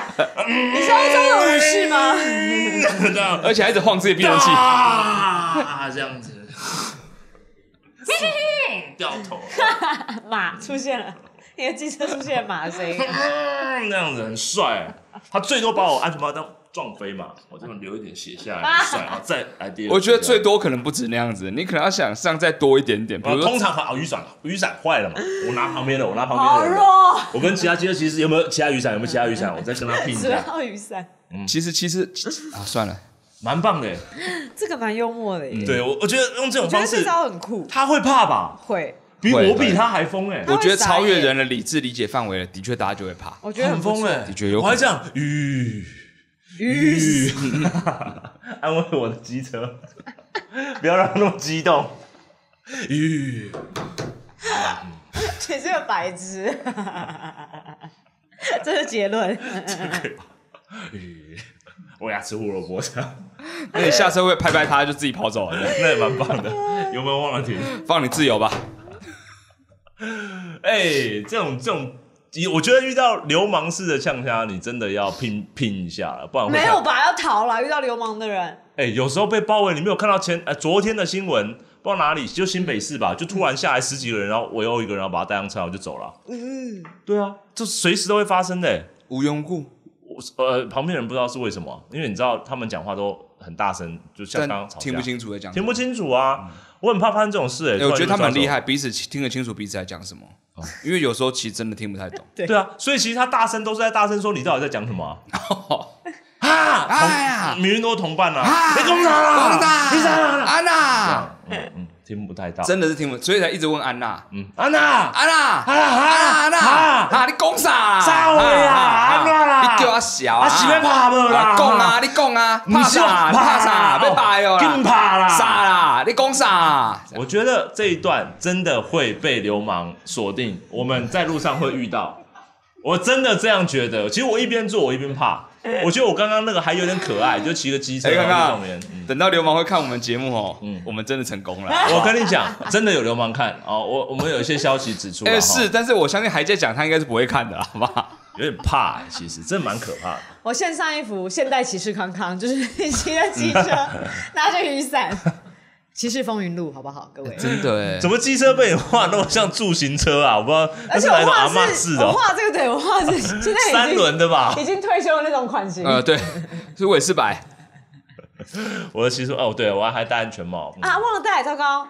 Speaker 2: 你是欧洲有武士吗？
Speaker 1: 嗯这 <laughs> 样，
Speaker 3: 而且还一直晃自己避震器。
Speaker 1: 啊，这样子，掉头，
Speaker 2: 马出现了，你的机车出现马的声 <laughs> 音。
Speaker 1: <laughs> 嗯，那样子很帅。他最多把我安全帽当撞飞嘛，我这边留一点血下来，很
Speaker 2: <laughs>
Speaker 1: 帅，然后再来第二。
Speaker 3: 我觉得最，多可能不止那样子，你可能要想上再多一点点，比
Speaker 1: 然
Speaker 3: 如
Speaker 1: 后
Speaker 3: 说
Speaker 1: 通常啊雨伞，雨伞坏了嘛，我拿旁边的，我拿旁
Speaker 2: 好
Speaker 1: 边的。
Speaker 2: 弱，
Speaker 1: 我跟其他机车骑士有没有其他雨伞？有没有其他雨
Speaker 2: <laughs>
Speaker 1: 伞？我再跟他拼一
Speaker 2: 只
Speaker 1: 下，
Speaker 2: 要雨伞，
Speaker 3: 其实其实啊，算了，
Speaker 1: 蛮棒的。
Speaker 3: 嗯
Speaker 2: 这个蛮幽默的耶。
Speaker 1: 对我，我觉得用这种
Speaker 2: 我觉
Speaker 1: 方
Speaker 2: 得这
Speaker 1: 式，
Speaker 2: 招很酷，
Speaker 1: 他会怕吧？
Speaker 2: 会，
Speaker 1: 比
Speaker 3: 会
Speaker 1: 我比他还疯哎
Speaker 2: 会
Speaker 3: 我，觉得超越人的理智理解范围了，的确大家就会怕。
Speaker 2: 我觉得
Speaker 1: 很
Speaker 2: 不错
Speaker 1: 疯哎，
Speaker 3: 的确有可
Speaker 1: 我
Speaker 3: 能
Speaker 1: 还这样，吁
Speaker 2: 雨伞 <laughs>
Speaker 3: <laughs>
Speaker 1: 吁，安慰我的机车， <laughs> 不要让他那么激动。吁。
Speaker 2: 简直有白 <laughs> 痴，这是结 <laughs> 论。
Speaker 1: 我牙齿胡萝卜肠，
Speaker 3: 那你下车会拍拍他，就自己跑走了，
Speaker 1: <laughs> 那也蛮棒的，油门忘了停。
Speaker 3: 放你自由吧。
Speaker 1: 哎、这种这种，我觉得遇到流氓式的呛虾，你真的要拼拼一下了，不然会
Speaker 2: 没有。吧？要逃了，遇到流氓的人，
Speaker 1: 哎、有时候被包围，你没有看到前呃昨天的新闻，不知道哪里，就新北市吧，就突然下来十几个人，然后围殴一个人，然后把他带上车，我就走了。嗯，对啊，这随时都会发生的、哎
Speaker 3: 无缘无故，
Speaker 1: 我呃，旁边人不知道是为什么，因为你知道他们讲话都很大声，就像
Speaker 3: 但
Speaker 1: 刚刚吵架，
Speaker 3: 听不清楚在讲什
Speaker 1: 听
Speaker 3: 么。
Speaker 1: 不清楚啊。我很怕发生这种事、哎、
Speaker 3: 哎我觉得他们
Speaker 1: 突然
Speaker 3: 很
Speaker 1: 就被抓走
Speaker 3: 厉害，彼此听得清楚彼此在讲什么，
Speaker 1: 哦
Speaker 3: 因为有时候其实真的听不太懂。
Speaker 2: 对
Speaker 1: 对啊，所以其实他大声都是在大声说你到底在讲什么啊？
Speaker 3: 哎呀，
Speaker 1: 明明都是同伴啊，
Speaker 3: 哦啊
Speaker 1: 你攻啥啦？
Speaker 3: 安娜，
Speaker 1: 你啥啦？
Speaker 3: 安娜，
Speaker 1: 嗯嗯，听不太到。
Speaker 3: 真的是听不，所以才一直问安娜，
Speaker 1: 嗯，安娜，
Speaker 3: 安娜，
Speaker 1: 安娜，
Speaker 3: 安
Speaker 1: 安
Speaker 3: 娜，
Speaker 1: 娜，
Speaker 3: 安
Speaker 1: 啊
Speaker 3: 娜，你讲啥？
Speaker 1: 啥话啊安娜啦
Speaker 3: 你叫我小
Speaker 1: 啊是要怕无啦
Speaker 3: 啊讲啊，你讲啊，
Speaker 1: 不
Speaker 3: 怕
Speaker 1: 是我
Speaker 3: 啥？你怕啥？
Speaker 1: 哦
Speaker 3: 被怕哟
Speaker 1: 更
Speaker 3: 啦，
Speaker 1: 怕啦，
Speaker 3: 啥啦？你讲啥？
Speaker 1: 我觉得这一段真的会被流氓锁 <laughs> 定，我们在路上会遇到。我真的这样觉得。其实我一边做，我一边怕，我觉得我刚刚那个还有点可爱，就骑个机车
Speaker 3: 哎，看
Speaker 1: 然后去
Speaker 3: 看
Speaker 1: 公园。嗯，
Speaker 3: 等到流氓会看我们节目哦，我们真的成功了。
Speaker 1: <laughs> 我跟你讲，真的有流氓看哦。我我们有一些消息指出啊，
Speaker 3: 哎，
Speaker 1: 哈
Speaker 3: 是，但是我相信还在讲，他应该是不会看的啦，好不好？
Speaker 1: 有点怕欸，其实真的蛮可怕的。
Speaker 2: 我献上一幅现代骑士康康，就是你骑着机
Speaker 3: <laughs>
Speaker 2: 车，拿着雨伞，《骑士风云录》，好不好，各位？
Speaker 3: 真的哎，
Speaker 1: 怎么机车被你画那么像助行车啊？我不知道，那
Speaker 2: 而
Speaker 1: 是
Speaker 2: 且
Speaker 1: 哪一
Speaker 2: 我
Speaker 1: 种阿
Speaker 2: 画
Speaker 1: 妈
Speaker 2: 的
Speaker 1: 式
Speaker 2: 是，
Speaker 1: 的
Speaker 2: 我
Speaker 1: 哦？
Speaker 2: 画这个，对我画的是现在已经
Speaker 1: 三轮的
Speaker 2: <laughs>
Speaker 1: 吧？
Speaker 2: 已经退休的那种款型
Speaker 3: <laughs> 呃，对，是我也是白，
Speaker 1: 我的骑士哦，对我还戴安全帽。嗯
Speaker 2: 啊，忘了戴，糟糕！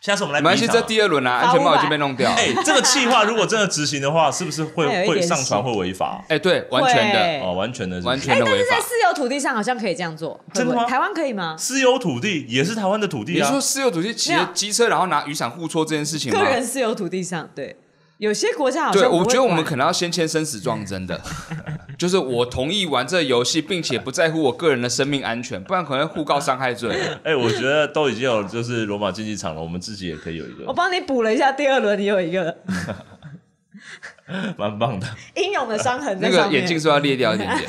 Speaker 1: 下次我们来
Speaker 3: 没关
Speaker 1: 比
Speaker 3: 系，
Speaker 1: 一场
Speaker 3: 这第二轮啊，安全帽已经被弄掉了。
Speaker 1: 哎，这个计划如果真的执行的话，是不是会
Speaker 2: <laughs> 还有一
Speaker 1: 会
Speaker 2: 点
Speaker 1: 上传会违法？
Speaker 3: 哎，对，完全的，
Speaker 2: 会
Speaker 1: 哦，完全的是不是，
Speaker 3: 完全的
Speaker 2: 哎但
Speaker 3: 违
Speaker 2: 是
Speaker 3: 法
Speaker 2: 在。私有土地上好像可以这样做，
Speaker 1: 真的吗
Speaker 2: 会不会台湾可以吗？
Speaker 1: 私有土地也是台湾的土
Speaker 3: 你
Speaker 1: 地啊
Speaker 3: 说。私有主机骑
Speaker 2: 没
Speaker 3: 着
Speaker 2: 有
Speaker 3: 机车，然后拿雨伞互戳这件事情吗
Speaker 2: 个？人私有土地上，对，有些国家好像
Speaker 3: 对，
Speaker 2: 不会
Speaker 3: 我觉得我们
Speaker 2: 管
Speaker 3: 可能要先签生死状，真的， <laughs> 就是我同意玩这游戏，并且不在乎我个人的生命安全，不然可能会互告伤害罪。
Speaker 1: 哎，我觉得都已经有就是罗马竞技场了，我们自己也可以有一
Speaker 2: 我
Speaker 1: 个
Speaker 2: 帮你补了一下，第二轮你有一个
Speaker 1: 蛮棒的。
Speaker 2: 英勇的伤痕
Speaker 3: 那
Speaker 2: 在上
Speaker 3: 个
Speaker 2: 面，
Speaker 3: 眼镜是不是要裂掉一点
Speaker 2: <laughs>
Speaker 3: 点，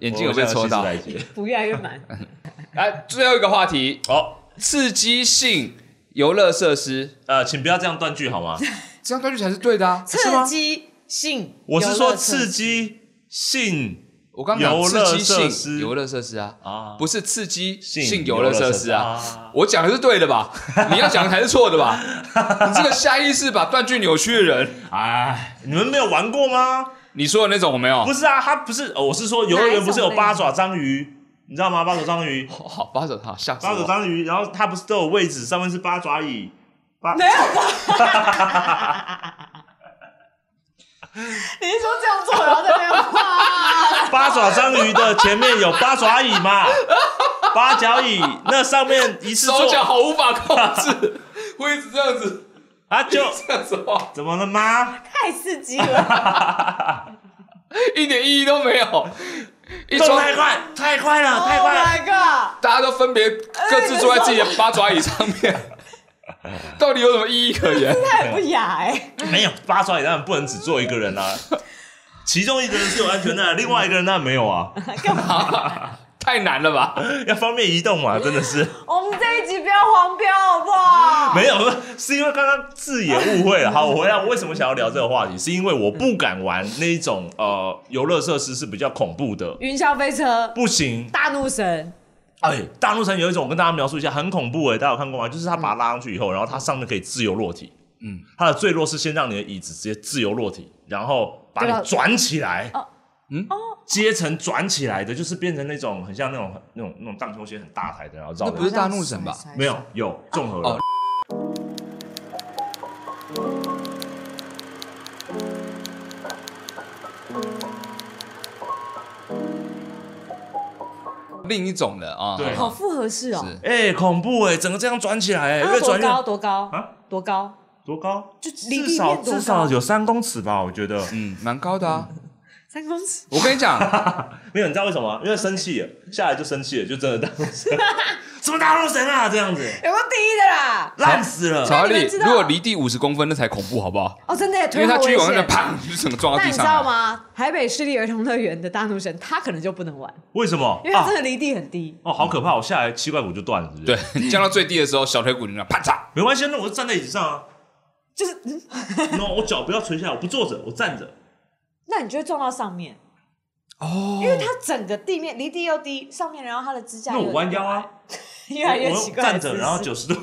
Speaker 3: 眼镜有被戳到
Speaker 1: 我。现在有新时代
Speaker 2: 补越来越满。
Speaker 3: <laughs> 来，最后一个话题，
Speaker 1: 好，
Speaker 3: 刺激性游乐设施，
Speaker 1: 呃，请不要这样断句好吗？
Speaker 3: 这样断 <laughs> 句才是对的啊！
Speaker 2: 刺激性，
Speaker 1: 我是说刺，激性
Speaker 3: 我刚刚
Speaker 1: 游
Speaker 3: 讲
Speaker 1: 乐
Speaker 3: 刺激
Speaker 1: 设
Speaker 3: 性
Speaker 1: 施
Speaker 3: 游乐设施啊，
Speaker 1: 啊，
Speaker 3: 不是刺激
Speaker 1: 性
Speaker 3: 性游乐设施啊。
Speaker 1: 啊。
Speaker 3: 我讲的是对的 <laughs> 吧？你要讲的才是错的吧？你这个下意识把断句扭曲的人，
Speaker 1: 哎，你们没有玩过吗？
Speaker 3: 你说的那种我没有
Speaker 1: 不。是啊，他不是，哦我是说游乐园不是有
Speaker 2: 哪一种类型
Speaker 1: 八爪章鱼，你知道吗？八爪章鱼，
Speaker 3: 好好，八手好吓死
Speaker 1: 八爪
Speaker 3: 我！
Speaker 1: 章鱼，然后它不是都有位置，上面是八爪椅，八
Speaker 2: 没有吧？你是说这样做，然后在那样画？
Speaker 1: 八爪章鱼的前面有八爪椅嘛，八角椅，那上面一次
Speaker 3: 手
Speaker 1: 坐
Speaker 3: 脚好无法控制，会一直这样子
Speaker 1: 啊，就
Speaker 3: 这样子画，
Speaker 1: 怎么了吗？
Speaker 2: <laughs> 太刺激了！
Speaker 3: 一点意义都没有。一
Speaker 1: 动
Speaker 3: 冲
Speaker 1: 太快，太快
Speaker 2: <laughs>
Speaker 1: 了，太
Speaker 2: Oh
Speaker 1: 快了。
Speaker 2: my god！
Speaker 3: 大家都分别各自坐在自己的八爪椅上面，
Speaker 2: <laughs>
Speaker 3: 到底有什么意义可言？
Speaker 2: 太不雅哎！
Speaker 1: 没有八爪椅当然不能只坐一个人啊，其中一个人是有安全带的，另外一个人那没有啊，
Speaker 3: 太难了吧？
Speaker 1: <laughs> 要方便移动嘛，真的是
Speaker 2: 我们这一集不要黄标好不好？
Speaker 1: 没有，是因为刚刚字眼误会了。好，我回来，我为什么想要聊这个话题，是因为我不敢玩那一种呃游乐设施是比较恐怖的，
Speaker 2: 云霄飞车、
Speaker 1: 不行。
Speaker 2: 大怒神，
Speaker 1: 哎，大陆城有一种，我跟大家描述一下，很恐怖哎、大家有看过吗？就是他把它拉上去以后，然后它上面可以自由落体。嗯，它的最弱是先让你的椅子直接自由落体，然后把
Speaker 2: 对啊
Speaker 1: 你转起来。
Speaker 2: 哦
Speaker 1: 嗯，阶层转起来的，就是变成那种很像那种那种那种荡秋千很大台的，然后绕
Speaker 3: 那
Speaker 1: 着
Speaker 3: 不是大怒神吧？
Speaker 1: 没有有综合了。
Speaker 3: 哦另一种的啊，
Speaker 1: 对
Speaker 2: 好复合式哦，
Speaker 3: 是
Speaker 1: 哎、恐怖哎、整个这样转起来、哎，
Speaker 2: 啊
Speaker 1: 越
Speaker 2: 多
Speaker 1: 转越
Speaker 2: 高多高
Speaker 1: 啊
Speaker 2: 多高？
Speaker 1: 多高？
Speaker 2: 就离
Speaker 1: 至
Speaker 2: 地
Speaker 1: 少
Speaker 2: 面
Speaker 1: 至
Speaker 2: 多高
Speaker 1: 少有三公尺吧，我觉得。
Speaker 3: 嗯，蛮高的啊。
Speaker 2: 三公尺。
Speaker 3: 我跟
Speaker 2: <laughs>
Speaker 3: 你讲，
Speaker 1: 没有，你知道为什么吗？因为生气了，下来就生气了，就真的大陆神，什么大陆神啊，这样子
Speaker 2: 有个第一的啦！
Speaker 1: 烂死了。
Speaker 3: 查理
Speaker 2: 们知道
Speaker 3: 如果离地五十公分，那才恐怖，好不好？
Speaker 2: 哦，真的耶，
Speaker 3: 因
Speaker 2: 腿
Speaker 3: 为
Speaker 2: 好
Speaker 3: 他居
Speaker 2: 危
Speaker 3: 然那
Speaker 2: 险。
Speaker 3: 砰，就整个撞到
Speaker 2: 但
Speaker 3: 地
Speaker 2: 你知
Speaker 3: 上
Speaker 2: 道
Speaker 3: 啊来。
Speaker 2: 吗？台北市立儿童乐园的大怒神，他可能就不能玩，
Speaker 1: 为什么啊
Speaker 2: 因为？他真的离地很低。
Speaker 1: 哦，好可怕！我下来膝盖骨就断了，是不是？
Speaker 3: 对，，你降到最低的时候，小腿骨就那样啪嚓。
Speaker 1: 没关系，那我就站在椅子上啊。
Speaker 2: 就是，嗯
Speaker 1: no，我脚不要垂下来，我不坐着，我站
Speaker 2: <laughs>
Speaker 1: 着。
Speaker 2: 那你就会撞到上面，
Speaker 3: 哦，
Speaker 2: 因为它整个地面离地又低，上面然后它的支架
Speaker 1: 那
Speaker 2: 又
Speaker 1: 我弯腰啊，
Speaker 2: 越来越
Speaker 1: 我
Speaker 2: 奇
Speaker 1: 我
Speaker 2: 怪的
Speaker 1: 站
Speaker 2: 姿
Speaker 1: 着，
Speaker 2: 势，
Speaker 1: 然后九十度，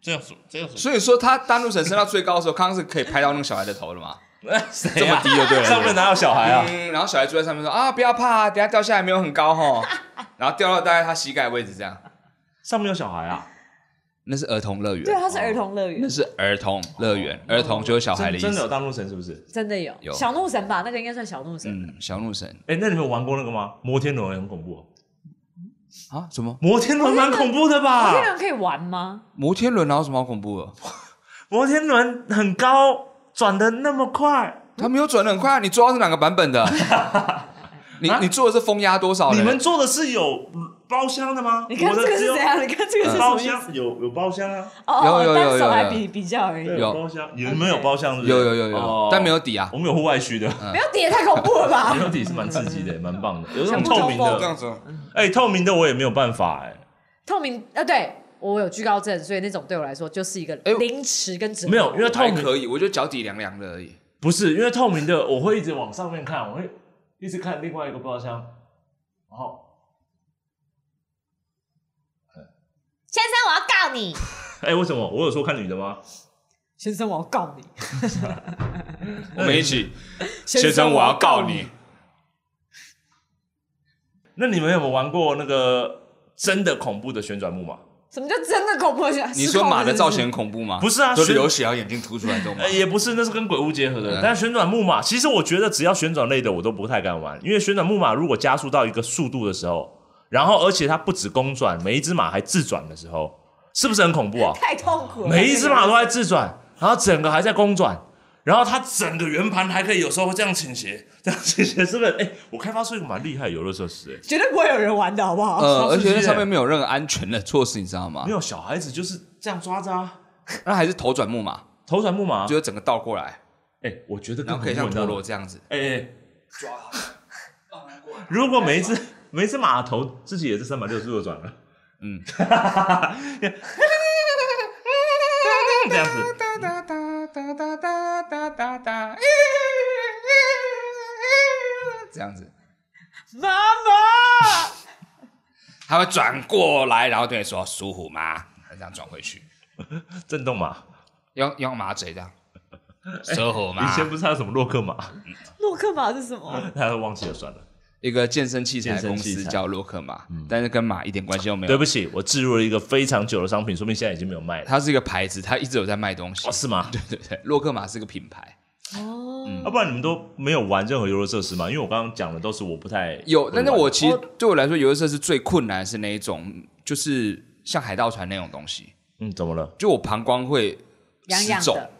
Speaker 1: 这样子，这样子。
Speaker 3: 所以说他单路神升到最高的时候，康康是可以拍到那个小孩的头的嘛？
Speaker 1: <laughs> 这么低就对了。 <laughs> 上面哪有小孩啊？
Speaker 3: 嗯，然后小孩坐在上面说啊，不要怕，等一下掉下来没有很高吼，然后掉到大概他膝盖位置这样。
Speaker 1: 上面有小孩啊？
Speaker 3: 那是儿童乐园，
Speaker 2: 对，它啊是儿童乐园
Speaker 3: 那，是儿童乐园，儿童就是小孩
Speaker 1: 真
Speaker 3: 的意
Speaker 1: 真的有
Speaker 3: 思。
Speaker 1: 大陆神是不是？
Speaker 2: 真的有
Speaker 3: 有
Speaker 2: 小怒神吧？那个应该算小怒神，
Speaker 3: 嗯，小怒神
Speaker 1: 哎，那你们有玩过那个吗？摩天轮也很恐怖哦，
Speaker 3: 啊，什么
Speaker 1: 摩天轮蛮恐怖的吧？
Speaker 2: 这个人可以玩吗？
Speaker 3: 摩天轮，然后什么好恐怖的？
Speaker 1: 摩天轮很高，转的那么快，
Speaker 3: <laughs> 他没有转的很快啊，你 <laughs> 抓的是哪个版本的？你
Speaker 1: 啊
Speaker 3: 你做的是风压多少呢？
Speaker 1: 你们做的是有包厢的吗？
Speaker 2: 你看
Speaker 1: 我
Speaker 2: 这
Speaker 1: 的
Speaker 2: 个
Speaker 1: 只
Speaker 2: 是
Speaker 1: 有呃
Speaker 2: 怎样？你看这个是什
Speaker 1: 包
Speaker 2: 么意思？
Speaker 1: 厢有有包厢啊，
Speaker 2: 哦
Speaker 3: 有有
Speaker 2: 哦，
Speaker 3: 有有
Speaker 2: 单手还
Speaker 3: 有
Speaker 2: 比比较而已，
Speaker 1: 对，
Speaker 2: 没
Speaker 1: 有包厢，你们有包厢是不是？
Speaker 3: 有有有有
Speaker 1: 哦，
Speaker 3: 但没有底啊
Speaker 1: 我，们有户外区的，
Speaker 2: 有底也太恐怖了吧
Speaker 1: 没？有底是蛮刺激的，蛮棒的，有那
Speaker 2: 想
Speaker 1: 种
Speaker 2: 不
Speaker 1: 透明
Speaker 2: 通
Speaker 3: 这
Speaker 1: 的，
Speaker 3: 样子哦。
Speaker 1: 哎，透明的我也没有办法哎。
Speaker 2: 透明啊，对我有惧高症，所以那种对我来说就是一个
Speaker 3: 哎呦
Speaker 2: 凌迟跟折磨。
Speaker 1: 没有，因为透
Speaker 3: 还
Speaker 1: 明
Speaker 3: 可以，我觉得脚底凉凉的而已。
Speaker 1: 不是因为透明的，我会一直往上面看，我会一直看另外一个包厢，然后
Speaker 4: 先生，我要告你。
Speaker 1: 哎，为什么我有说看女的吗？
Speaker 2: 先生，我要告你！
Speaker 3: 我们一起，
Speaker 2: 先生我要告你。
Speaker 1: 那你们有没有玩过那个真的恐怖的旋转木马？
Speaker 2: 什么叫真的恐怖的？
Speaker 3: 你
Speaker 2: 失控
Speaker 3: 说
Speaker 2: 了
Speaker 3: 马的造
Speaker 2: 是
Speaker 3: 型很恐怖吗？
Speaker 1: 不是啊
Speaker 3: 就
Speaker 1: 旋
Speaker 3: 流血，然后眼睛凸出来这种吗 <laughs>
Speaker 1: 呃，？也不是，那是跟鬼屋结合的
Speaker 3: 嗯。
Speaker 1: 但旋转木马，其实我觉得只要旋转类的，我都不太敢玩，因为旋转木马如果加速到一个速度的时候，然后而且它不止公转，每一只马还自转的时候，是不是很恐怖啊
Speaker 2: 不是？太痛苦了。
Speaker 1: 每一只马都
Speaker 2: 那
Speaker 1: 在
Speaker 2: 个
Speaker 1: 自转，然后整个还在公转，然后它整个圆盘还可以有时候会这样倾斜，这样倾斜，是不是？哎、我开发出一个蛮厉害的游乐设施、哎，
Speaker 2: 绝对不会有人玩的好不好？
Speaker 3: 呃，而
Speaker 1: 超
Speaker 3: 且
Speaker 1: 刺激
Speaker 3: 那
Speaker 1: 的
Speaker 3: 上面没有任何安全的措施，你知道吗
Speaker 1: 没？有小孩子就是这样抓着啊，
Speaker 3: 那还是头转木马，
Speaker 1: 头转木马，
Speaker 3: 就是整个倒过来，
Speaker 1: 哎、我觉得
Speaker 3: 然
Speaker 1: 更
Speaker 3: 后可以
Speaker 1: 恐
Speaker 3: 像
Speaker 1: 怖你
Speaker 3: 陀
Speaker 1: 知道
Speaker 3: 螺
Speaker 1: 吗
Speaker 3: 这样子。
Speaker 1: 哎、哎抓。如果每一只 <laughs> 每一只马头自己也是三百六十度的转了，
Speaker 3: 嗯，
Speaker 1: <laughs> 这样子，
Speaker 3: 哒哒哒哒哒哒哒哒，这样子，
Speaker 2: 妈妈，
Speaker 3: 他会转过来，然后对你说“属虎吗”，这样转回去，
Speaker 1: 震动马。
Speaker 3: 用用马嘴
Speaker 1: <laughs>
Speaker 3: 这样，属虎吗
Speaker 1: 以？前不是还有什么洛克马， <laughs>
Speaker 2: 洛克马是什么？
Speaker 1: 大家都忘记了，算了。
Speaker 3: 一个健身器材
Speaker 1: 健身
Speaker 3: 公司
Speaker 1: 器材嗯
Speaker 3: 叫洛克马，但是跟马一点关系都没
Speaker 1: 对
Speaker 3: 有。
Speaker 1: 不起，我置入了一个非常久的商品，说明现在已经没有卖
Speaker 3: <laughs>
Speaker 1: 了。
Speaker 3: 它是一个牌子，它一直有在卖东西
Speaker 1: 哦，。是吗？
Speaker 3: <laughs> 对对对，洛克马是个品牌。
Speaker 2: 哦
Speaker 1: 要、不然你们都没有玩任何游乐设施吗？因为我刚刚讲的都是我不太
Speaker 3: 有，但是我其
Speaker 1: 哦
Speaker 3: 实
Speaker 2: 我
Speaker 3: 对我来说，游乐设施最困难的是那一种，就是像海盗船那种东西，
Speaker 1: 嗯，怎么了？
Speaker 3: 就我膀胱会
Speaker 2: 痒痒
Speaker 3: 失重
Speaker 2: 的，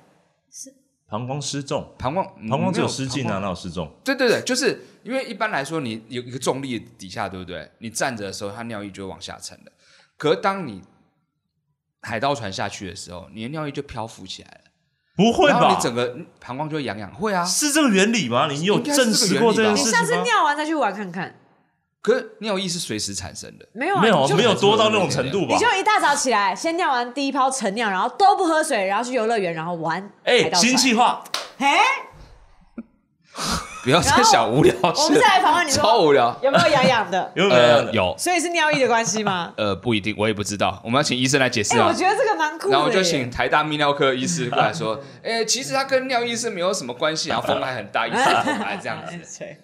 Speaker 1: 膀胱失重，
Speaker 3: 膀胱嗯
Speaker 1: 膀胱只有失禁
Speaker 3: 禁
Speaker 1: 啊，哪有失重？
Speaker 3: 对对对，就是因为一般来说，你有一个重力底下，对不对？你站着的时候，它尿液就会往下沉的。可是当你海盗船下去的时候，你的尿液就漂浮起来了，
Speaker 1: 不会
Speaker 3: 然后
Speaker 1: 吧
Speaker 3: 你？整个膀胱就会痒痒。会啊，
Speaker 1: 是这个原理吗？你有
Speaker 3: 应该是
Speaker 1: 证实过这
Speaker 3: 这个原
Speaker 1: 件事
Speaker 2: 你
Speaker 3: 理吧
Speaker 2: 下次
Speaker 1: 情吗？
Speaker 2: 尿完再去玩看看。
Speaker 3: 可是尿液是随时产生的。
Speaker 2: 没有啊，
Speaker 1: 没有
Speaker 2: 你就
Speaker 1: 没有多到那种程度吧
Speaker 2: 你？就一大早起来，先尿完第一泡晨尿，然后都不喝水，然后去游乐园，然后玩海
Speaker 1: 哎，
Speaker 2: 盗船
Speaker 1: 新气化，
Speaker 2: 哎，
Speaker 3: 不要再想无聊
Speaker 2: 我
Speaker 3: 事
Speaker 2: 们，再来访问你说
Speaker 3: 超无聊。
Speaker 2: 有没有痒痒的？
Speaker 1: 有没有
Speaker 3: 呃，？有，？
Speaker 2: 所以是尿意的关系吗
Speaker 3: 呃，不一定，我也不知道，我们要请医生来解释
Speaker 2: 哎，
Speaker 3: 啊。
Speaker 2: 我觉得这个蛮酷的耶。
Speaker 3: 然后我就请台大泌尿科医师过来说，哎、其实它跟尿液是没有什么关系，然后风还很大，医生风还这样子。
Speaker 2: 哎对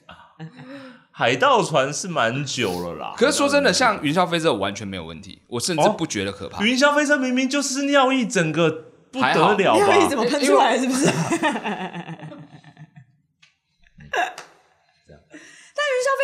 Speaker 1: 海盗船是蛮久了啦。
Speaker 3: 可是说真的，像云霄飞车，我完全没有问题，我甚至不觉得可怕。
Speaker 1: 哦云霄飞车明明就是尿意，整个不得了
Speaker 2: 尿意怎
Speaker 1: 吧？
Speaker 2: 么喷出来？是
Speaker 1: <laughs>
Speaker 2: 不是？但云霄
Speaker 1: 在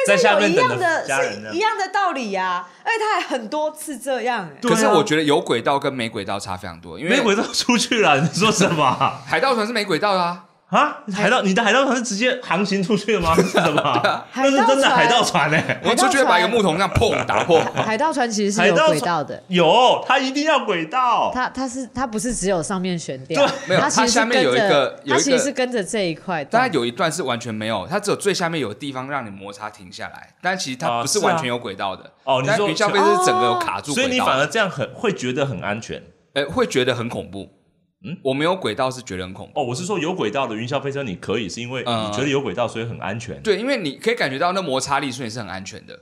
Speaker 2: 飞
Speaker 1: 下
Speaker 2: 车有
Speaker 1: 面
Speaker 2: 一
Speaker 1: 等
Speaker 2: 样
Speaker 1: 着
Speaker 2: 的，
Speaker 1: 家人呢
Speaker 2: 是一样的道理呀、而且它还很多次这样、哎
Speaker 1: 对
Speaker 3: 可是
Speaker 1: 啊
Speaker 3: 我觉得有轨道跟没轨道差非常多，因
Speaker 1: 没
Speaker 3: 为
Speaker 1: 轨道出去了，你说什么
Speaker 3: <laughs>
Speaker 1: 啊
Speaker 3: 海盗船是没轨道的啊，
Speaker 1: 啊？海盗，你的海盗船是直接航行出去的吗？是什么？那是真的海
Speaker 2: 海
Speaker 1: 盗
Speaker 2: 盗
Speaker 1: 船哎！
Speaker 3: 我出去会把一个木桶这样砰
Speaker 1: <laughs>
Speaker 3: 打破。
Speaker 2: 海盗船其实是
Speaker 1: 海
Speaker 2: 有
Speaker 1: 盗
Speaker 2: 轨
Speaker 1: 船
Speaker 2: 道的，
Speaker 1: 有，它一定要轨道。
Speaker 2: 它它是它不是只有上面悬吊，
Speaker 1: 对
Speaker 3: 没有
Speaker 2: 它其实
Speaker 3: 它下
Speaker 2: 是
Speaker 3: 面
Speaker 2: 跟
Speaker 3: 有一
Speaker 2: 着
Speaker 3: 个，有
Speaker 2: 它
Speaker 3: 一
Speaker 2: 其实
Speaker 3: 个
Speaker 2: 是跟着这一块动。
Speaker 3: 但它有一段是完全没有，它只有最下面有地方让你摩擦停下来，但其实它
Speaker 1: 啊
Speaker 3: 不是
Speaker 1: 是啊
Speaker 3: 完全有轨道的。
Speaker 1: 哦你
Speaker 3: 但
Speaker 1: 说
Speaker 3: 云霄飞车是整个有卡住轨道的，
Speaker 1: 所以你反而这样很会觉得很安全
Speaker 3: 呃会觉得很恐怖。嗯，我没有轨道是觉得很恐怖。
Speaker 1: 哦。我是说有轨道的云霄飞车你可以，是因为
Speaker 3: 嗯
Speaker 1: 你觉得有轨道所以很安全。
Speaker 3: 对，因为你可以感觉到那摩擦力，所以是很安全的。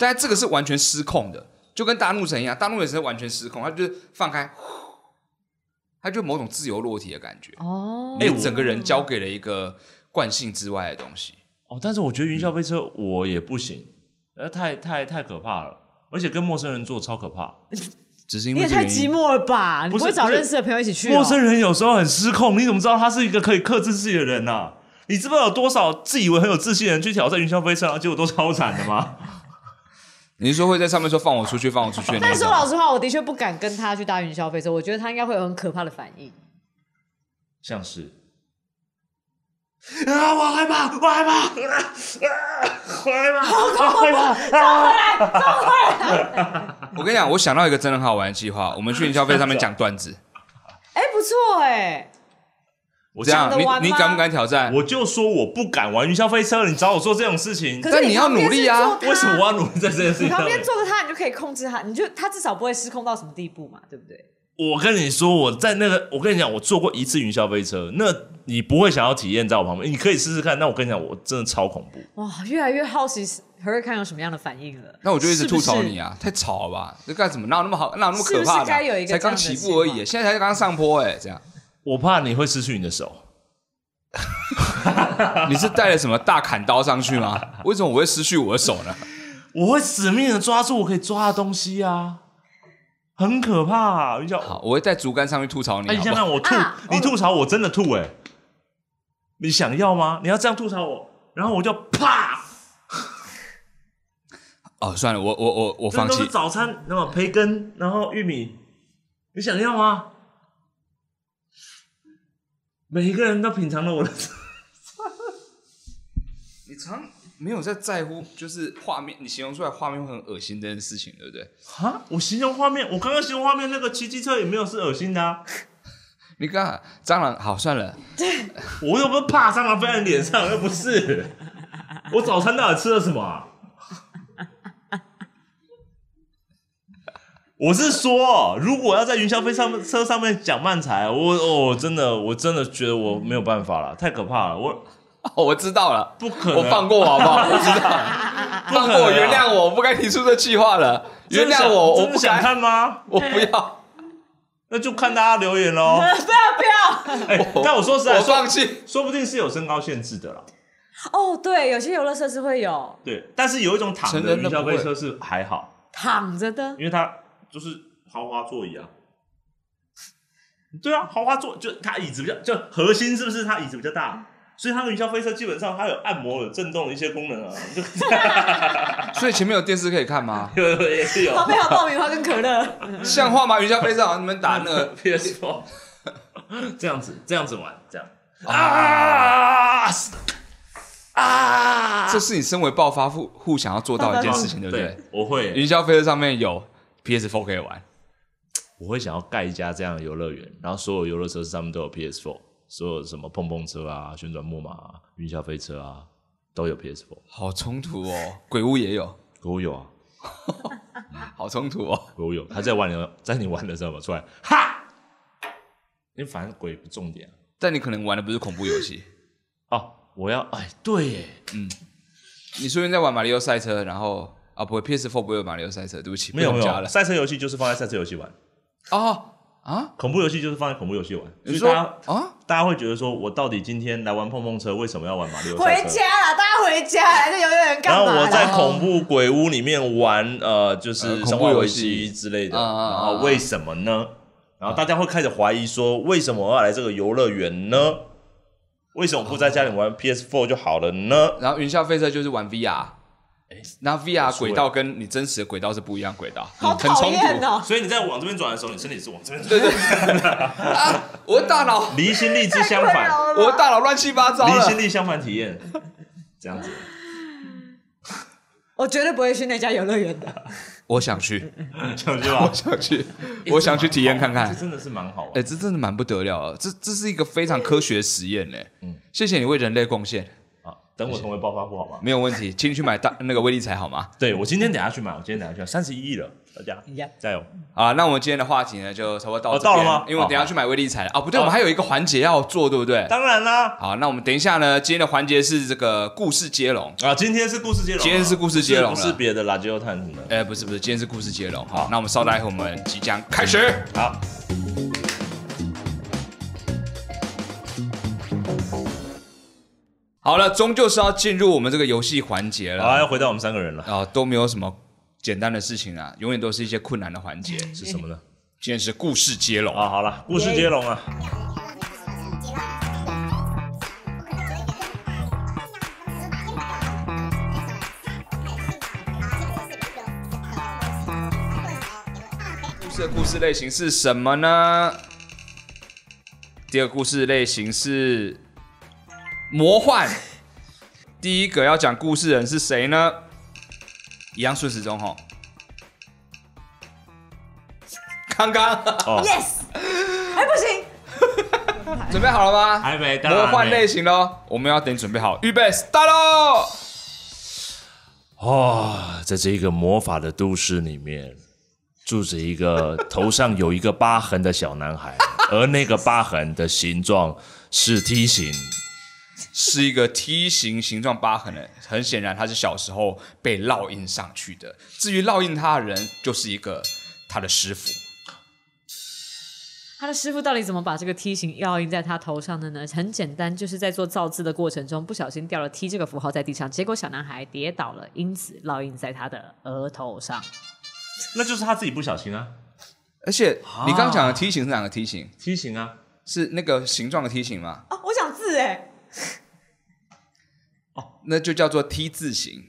Speaker 3: 但这个是完全失控的，就跟大怒神一样，大怒神是完全失控，它就是放开，它就某种自由落体的感觉，
Speaker 2: 哦，
Speaker 1: 哎
Speaker 3: 你
Speaker 1: 我
Speaker 3: 整个人交给了一个惯性之外的东西。
Speaker 1: 哦，但是我觉得云霄飞车我也不行，呃，太太太可怕了，而且跟陌生人坐超可怕。
Speaker 3: 只是因
Speaker 2: 你
Speaker 3: 为
Speaker 2: 也
Speaker 3: 这个
Speaker 2: 太
Speaker 3: 原
Speaker 2: 寂
Speaker 3: 因，
Speaker 2: 寞了吧？你
Speaker 1: 不
Speaker 2: 不
Speaker 1: 是
Speaker 2: 会找
Speaker 1: 不是
Speaker 2: 认识的朋友一起去、哦？
Speaker 1: 陌生人有时候很失控，你怎么知道他是一个可以克制自己的人呐、你知不知道有多少自以为很有自信的人去挑战云霄飞车，然后结果都超惨的吗？ <laughs>
Speaker 3: 你是说会在上面说放我出去，放我出去的那
Speaker 2: <laughs> 但
Speaker 3: 一
Speaker 2: 说
Speaker 3: 种？
Speaker 2: 老实话，我的确不敢跟他去搭云霄飞车，我觉得他应该会有很可怕的反应。
Speaker 1: 像是啊，我害怕，我害怕，啊，啊我害怕，我害怕，啊
Speaker 3: 我跟你讲，我想到一个真的很好玩的计划，我们去营销费上面讲段子，
Speaker 2: 哎，不错哎，
Speaker 1: 我
Speaker 3: 这样
Speaker 2: 讲得完吗
Speaker 3: 你你敢不敢挑战？
Speaker 1: 我就说我不敢玩云霄飞车，你找我做这种事情，
Speaker 2: 可
Speaker 3: 但
Speaker 2: 是
Speaker 3: 你要
Speaker 2: 旁边
Speaker 3: 努力
Speaker 2: 是
Speaker 3: 啊
Speaker 2: 坐他
Speaker 1: 为什么我要努力在这件事情
Speaker 2: 你旁
Speaker 1: 上面
Speaker 2: 边？坐着他，你就可以控制他，你就他至少不会失控到什么地步嘛，对不对？
Speaker 1: 我跟你说，我在那个，我跟你讲，我坐过一次云霄飞车，那你不会想要体验在我旁边，你可以试试看。那我跟你讲，我真的超恐怖。
Speaker 2: 哇，越来越好奇 Hurricane 有什么样的反应了。
Speaker 3: 那我就一直吐槽你
Speaker 2: 啊！
Speaker 3: 啊，太吵了吧？这干什么？哪有那么好？哪有那么可怕的啊？
Speaker 2: 是不是该有一个
Speaker 3: 才刚起步
Speaker 2: 这样
Speaker 3: 而
Speaker 2: 的计
Speaker 3: 已，现在才刚上坡哎，这样
Speaker 1: 我怕你会失去你的手，
Speaker 3: <laughs> 你是带了什么大砍刀上去吗？为什么我会失去我的手呢？
Speaker 1: 我会死命的抓住我可以抓的东西啊，很可怕、啊。云霄，
Speaker 3: 好，我会在竹竿上面吐槽你，
Speaker 1: 哎，你
Speaker 3: 好
Speaker 1: 想
Speaker 3: 不好？
Speaker 1: 想我吐，
Speaker 2: 啊
Speaker 1: 你吐槽我真的吐哎、你想要吗？你要这样吐槽我，然后我就啪，
Speaker 3: 哦，算了，我我我我
Speaker 1: 这
Speaker 3: 放
Speaker 1: 都
Speaker 3: 弃
Speaker 1: 是。早餐，然后培根，然后玉米，你想要吗？每一个人都品尝了我
Speaker 3: <laughs>
Speaker 1: 的，
Speaker 3: 你常没有在在乎，就是画面，你形容出来画面会很恶心这件事情，对不对？
Speaker 1: 啊！我形容画面，我刚刚形容画面那个骑机车也没有是恶心的、啊，
Speaker 3: 你刚刚蟑螂好算了，
Speaker 1: 我又不是怕蟑螂飞在你脸上，又不是。我早餐到底吃了什么啊、我是说，如果要在云霄飞上面车上面讲慢才，我哦，真的，我真的觉得我没有办法了，太可怕了，我
Speaker 3: 哦，我知道了，
Speaker 1: 不可能，啊
Speaker 3: 我放过我好不好？我知道了，
Speaker 1: <laughs>
Speaker 3: 放过我，原谅我，我不该提出这计划了，原
Speaker 1: 真的
Speaker 3: 谅
Speaker 1: 想
Speaker 3: 我，我
Speaker 1: 真的
Speaker 3: 不
Speaker 1: 想
Speaker 3: 敢，
Speaker 1: 看吗？
Speaker 3: 我不要。
Speaker 1: 那就看大家留言喽。
Speaker 2: <laughs> 不要不要！
Speaker 1: 哎、但我说实在，
Speaker 3: 我
Speaker 1: 说
Speaker 3: 放弃。
Speaker 1: 说不定是有身高限制的啦。
Speaker 2: 哦，对，有些游乐设施会有
Speaker 1: 对，但是有一种躺
Speaker 3: 成
Speaker 1: 着
Speaker 3: 人
Speaker 1: 云
Speaker 3: 的
Speaker 1: 霄
Speaker 3: 不会
Speaker 1: 飞车是还好，
Speaker 2: 躺着的
Speaker 1: 因为它就是豪华座椅啊。对啊，豪华座就它椅子比较，就核心是不是它椅子比较大？所以它的云霄飞车基本上它有按摩、有震动的一些功能啊，就？
Speaker 3: 所以前面有电视可以看吗
Speaker 1: <laughs> 有有也是有。
Speaker 2: 旁边还有爆米花跟可乐，
Speaker 3: 像话吗？云霄飞车好像你们打那
Speaker 1: <laughs>
Speaker 3: 个
Speaker 1: PS Four，这样子这样子玩，这样
Speaker 3: 啊，
Speaker 1: 啊啊！
Speaker 3: 这是你身为暴发户户想要做到的一件事情，对不对？
Speaker 1: 我会
Speaker 3: 云霄飞车上面有 PS4 可以玩，
Speaker 1: 我会想要盖一家这样的游乐园，然后所有游乐设施上面都有 PS4，所有什么碰碰车啊、旋转木马、啊、云霄飞车啊，都有 PS4。
Speaker 3: 好冲突哦。鬼屋也有，
Speaker 1: 可我有啊，
Speaker 3: 好冲突哦。
Speaker 1: 可我有。他在玩 <laughs> 的，在你玩的时候出来，哈！你反正鬼不重点啊。
Speaker 3: 但你可能玩的不是恐怖游戏，
Speaker 1: 哦，我要哎，对耶，
Speaker 3: 你说不定在玩马里奥赛车，然后啊，不会 PS4 不会有马里奥赛车，对不起，
Speaker 1: 没有
Speaker 3: 不
Speaker 1: 没
Speaker 3: 用加
Speaker 1: 有，
Speaker 3: 了。
Speaker 1: 赛车游戏就是放在赛车游戏玩，
Speaker 3: 哦啊，
Speaker 1: 恐怖游戏就是放在恐怖游戏玩。
Speaker 3: 你
Speaker 1: 所以
Speaker 3: 说
Speaker 1: 大家
Speaker 3: 啊，
Speaker 1: 大家会觉得说，我到底今天来玩碰碰车，为什么要玩马里奥赛
Speaker 2: 回
Speaker 1: 车？
Speaker 2: 家啦，大家回家来这游乐园
Speaker 1: 然
Speaker 2: 干
Speaker 1: 后
Speaker 2: 嘛啦？
Speaker 1: 我在恐怖鬼屋里面玩呃，就是
Speaker 3: 呃
Speaker 1: 生
Speaker 3: 恐
Speaker 1: 化
Speaker 3: 怖游
Speaker 1: 危
Speaker 3: 戏
Speaker 1: 机之类的，
Speaker 3: 啊啊啊
Speaker 1: 然
Speaker 3: 啊
Speaker 1: 后为什么呢？然后大家会开始怀疑说，为什么我要来这个游乐园呢？为什么不在家里玩 PS4 就好了呢？
Speaker 3: 然后云霄飞车就是玩 VR，那 VR
Speaker 1: 啊
Speaker 3: 轨道跟你真实的轨道是不一样的轨道，
Speaker 2: 好
Speaker 3: 嗯很
Speaker 2: 讨
Speaker 3: 冲
Speaker 2: 厌
Speaker 3: 突。
Speaker 2: 哦！
Speaker 1: 所以你在往这边转的时候，你身体是往这边转，
Speaker 3: 对对啊，我的大脑，
Speaker 1: 离心力之相反，
Speaker 3: 我的大脑乱七八糟
Speaker 1: 离心
Speaker 3: 了。
Speaker 1: 力相反体验，这样子。 <laughs>
Speaker 2: 我绝对不会去那家游乐园
Speaker 3: <laughs>
Speaker 2: 的。
Speaker 3: 我想去，
Speaker 1: 想去吧
Speaker 3: 我？想去，我想去体验看
Speaker 1: 这
Speaker 3: 看。
Speaker 1: 真的是蛮好玩
Speaker 3: 哎，。这真的蛮不得了的，啊这这是一个非常科学的实验嘞。嗯，谢谢你为人类贡献，
Speaker 1: 啊，等我成为暴发户好吗？
Speaker 3: 没有问题，请你去买大那个威力彩好吗？
Speaker 1: 对我今天等下去买，我今天等下去买，三十一亿了，大家
Speaker 2: Yep
Speaker 1: 加油！
Speaker 3: 啊，那我们今天的话题呢，就差不多到
Speaker 1: 哦
Speaker 3: 这边
Speaker 1: 到了吗
Speaker 3: 因为我等一下去买威力彩了啊，不对，我们还有一个环节要做，对不对？
Speaker 1: 当然啦，
Speaker 3: 好，那我们等一下呢，今天的环节是这个故事接龙。
Speaker 1: 啊，今天是故事接龙啊，
Speaker 3: 今天是故事接龙
Speaker 1: 不是
Speaker 3: 了
Speaker 1: 不是别的啦，就探什么的。
Speaker 3: 哎，不是不是，今天是故事接龙。好，那我们稍待一会，我们即将开始。
Speaker 1: 好，
Speaker 3: 好了，终究是要进入我们这个游戏环节了
Speaker 1: 好，
Speaker 3: 啊、
Speaker 1: 要回到我们三个人了，
Speaker 3: 都没有什么简单的事情啊，永远都是一些困难的环节。
Speaker 1: 是什么呢？
Speaker 3: 今天是故事接龙，
Speaker 1: 啊，好了，故事接龙啊，
Speaker 3: 故事的故事类型是什么呢？第二个故事类型是魔幻。第一个要讲故事人是谁呢？一样顺时钟哈。刚刚
Speaker 1: 哦，
Speaker 4: Yes，
Speaker 2: 哎，不行，
Speaker 3: 准备好了吗？
Speaker 1: 还没当然
Speaker 3: 魔幻
Speaker 1: 还没
Speaker 3: 类型喽，我们要等你准备好，预备，start 喽！
Speaker 1: 哦，在这一个魔法的都市里面，住着一个头上有一个疤痕的小男 <laughs> 孩，而那个疤痕的形状是梯形。
Speaker 3: 是一个梯形形状疤痕的，很显然他是小时候被烙印上去的。至于烙印他的人，就是一个他的师傅。
Speaker 2: 他的师傅到底怎么把这个梯形烙印在他头上的呢？很简单，就是在做造字的过程中不小心掉了梯这个符号在地上，结果小男孩跌倒了，因此烙印在他的额头上。
Speaker 1: 那就是他自己不小心啊，
Speaker 3: 而且你刚刚讲的梯形是哪个梯形？
Speaker 1: 梯形啊，
Speaker 3: 是那个形状的梯形吗？
Speaker 2: 哦，我想字哎，
Speaker 3: 那就叫做梯字形。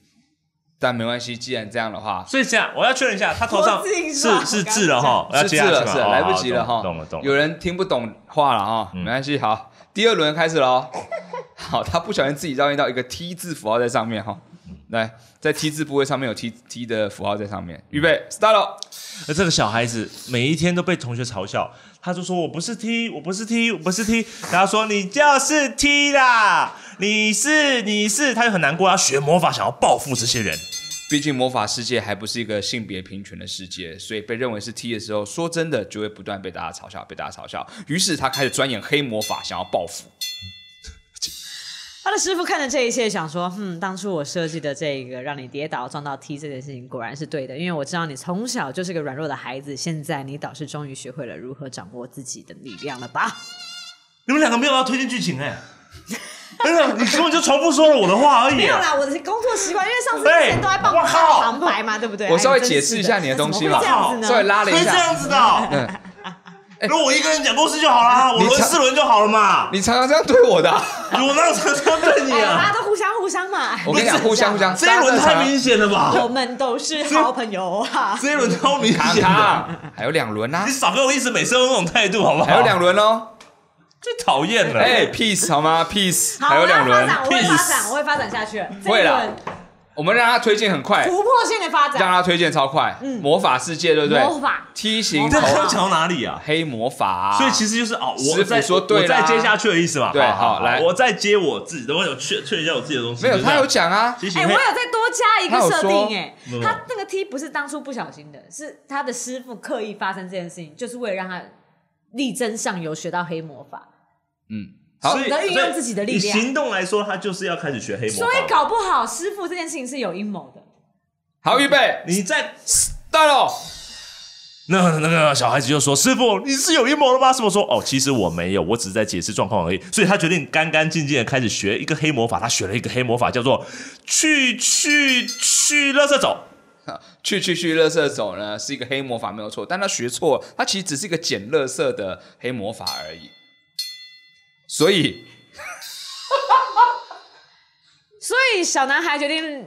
Speaker 3: 但没关系，既然这样的话，
Speaker 1: 所以这样我要确认一下，他头上
Speaker 2: 我自己知道
Speaker 1: 是是痣了哈，我要
Speaker 3: 是
Speaker 1: 接
Speaker 3: 字
Speaker 1: 下
Speaker 3: 了，
Speaker 1: 去
Speaker 3: 是
Speaker 1: 吗
Speaker 3: 了
Speaker 1: 哦
Speaker 3: 来不
Speaker 1: 好
Speaker 3: 及了哈。
Speaker 1: 懂了懂了。嗯
Speaker 3: 有人听不懂话了哈，没关系，好，第二轮开始喽。好，他不小心自己绕印到一个 T 字符号在上面哈。来，在 T 字部位上面有 T T 的符号在上面，预备，start 咯
Speaker 1: 而这个小孩子每一天都被同学嘲笑，他就说：“我不是 T，我不是 T，我不是 T。”然后说：“你就是 T 啦，你是你是。”他就很难过，他学魔法想要报复这些人。
Speaker 3: 毕竟魔法世界还不是一个性别平权的世界，所以被认为是 T 的时候，说真的就会不断被大家嘲笑，被大家嘲笑。于是他开始钻研黑魔法，想要报复。
Speaker 2: 他的师傅看着这一切，想说：“嗯，当初我设计的这个让你跌倒撞到梯这件事情，果然是对的，因为我知道你从小就是个软弱的孩子，现在你倒是终于学会了如何掌握自己的力量了吧？”
Speaker 1: 你们两个没有要推进剧
Speaker 2: <laughs>
Speaker 1: 情哎、真的，你根本就重复说了我的话而已、
Speaker 2: 没有啦，我的工作习惯，因为上次
Speaker 1: 对
Speaker 2: 之前都在帮
Speaker 1: 我靠
Speaker 2: 旁白嘛，对不对？
Speaker 3: 我稍微
Speaker 2: 哎真是
Speaker 3: 解释一下你的东西嘛
Speaker 2: 怎么会这样子呢
Speaker 3: 稍微拉了一
Speaker 1: 可以这
Speaker 3: 下。
Speaker 1: 样子的哦、如果我一个人讲故事就好啦，我
Speaker 3: 嗯你
Speaker 1: 轮
Speaker 3: 常
Speaker 1: 四轮就好了嘛。
Speaker 3: 你常常这样对我的啊、
Speaker 1: 我那常常对你
Speaker 2: 哎呀大
Speaker 1: 啊
Speaker 2: 家，都互相互相嘛。
Speaker 3: 我跟你讲，互相互相。
Speaker 1: 这一轮太明显了
Speaker 2: 我
Speaker 3: <laughs>
Speaker 1: 吧？
Speaker 2: 们都是好朋友啊！
Speaker 1: 这一轮超明
Speaker 3: 卡
Speaker 1: 显的，
Speaker 3: 卡，还有两轮
Speaker 1: <laughs>
Speaker 3: 呐、
Speaker 1: 你少给我一直每次都那种态度好不好？
Speaker 3: 还有两轮哦。
Speaker 1: 最讨厌了。
Speaker 3: 哎、p e a c e 好吗？Peace，
Speaker 2: 好，
Speaker 3: 还有两
Speaker 2: 我要
Speaker 3: 轮
Speaker 2: 发展，我会发展，
Speaker 3: ，Peace。
Speaker 2: 我会发展下去。
Speaker 3: 会啦
Speaker 2: 这一轮
Speaker 3: 我们让他推荐很快，
Speaker 2: 突破性的发
Speaker 3: 让
Speaker 2: 展，
Speaker 3: 他推荐超快。魔法世界对不对？
Speaker 2: 魔法
Speaker 3: 梯形
Speaker 1: 你这
Speaker 3: 头
Speaker 1: 刚刚讲到哪里啊？
Speaker 3: 黑魔法、
Speaker 1: 所以其实就是哦，
Speaker 3: 师
Speaker 1: 我
Speaker 3: 傅
Speaker 1: 再
Speaker 3: 说对
Speaker 1: 我
Speaker 3: 啦
Speaker 1: 再接下去的意思嘛。
Speaker 3: 对好来
Speaker 1: 我再接我自己，等我有确确认一下我自己的东西。
Speaker 3: 没有，
Speaker 1: 就
Speaker 3: 他
Speaker 1: 这样
Speaker 3: 有。讲啊。
Speaker 1: 提醒
Speaker 2: 哎，我
Speaker 1: 会
Speaker 2: 有再多加一个设定，哎
Speaker 1: 他有说，
Speaker 2: 他那个 T 不是当初不小心的，是他的师傅刻意发生这件事情，就是为了让他力争上游，学到黑魔法。
Speaker 3: 嗯，好
Speaker 1: 所，以
Speaker 2: 能运用自己的力量
Speaker 1: 所以以行动来说，他就是要开始学黑魔
Speaker 2: 所
Speaker 1: 法。
Speaker 2: 以搞不好师傅这件事情是有阴谋的。
Speaker 3: 好，预备，
Speaker 1: 你在
Speaker 3: 到了。
Speaker 1: 那那个小孩子就说：“师傅，你是有阴谋了吗？”师傅说：“哦，其实我没有，我只是在解释状况而已。”所以他决定干干净净的开始学一个黑魔法。他学了一个黑魔法，叫做“去去去，垃圾走
Speaker 3: 啊去去去，乐色走呢是一个黑魔法没有错，但他学错了，他其实只是一个捡乐色的黑魔法而已。所以
Speaker 2: 所以小男孩决定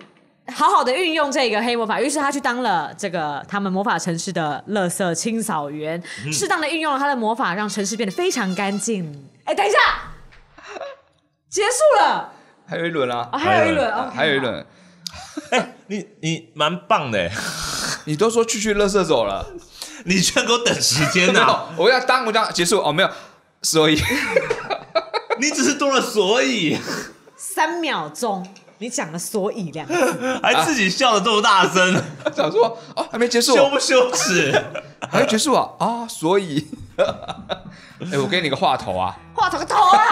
Speaker 2: 好好的运用这个黑魔法，于是他去当了这个他们魔法城市的垃圾清扫员，
Speaker 3: 嗯
Speaker 2: 适当的运用了他的魔法，让城市变得非常干净。哎，等一下， <laughs> 结束了，
Speaker 3: 还有一轮啊
Speaker 2: 哦、，还有一轮，
Speaker 3: 啊
Speaker 2: OK，
Speaker 3: 还有一轮，”
Speaker 1: 哎你你蛮棒的，
Speaker 3: 你都说去去乐色走了。
Speaker 1: 你居然给我等时间啊
Speaker 3: <laughs> 没
Speaker 1: 呐、
Speaker 3: 有，我要当我这样结束哦，没有，所以 <laughs>
Speaker 1: 你只是多了所以，
Speaker 2: 三秒钟，你讲了所以两个字，
Speaker 1: 还自己笑的这么大声，
Speaker 3: 想说哦，还没结束，
Speaker 1: 羞不羞耻？
Speaker 3: 还没结束啊啊，所以， <laughs> 哎、我给你个话头啊，
Speaker 2: <laughs> 话筒个头啊！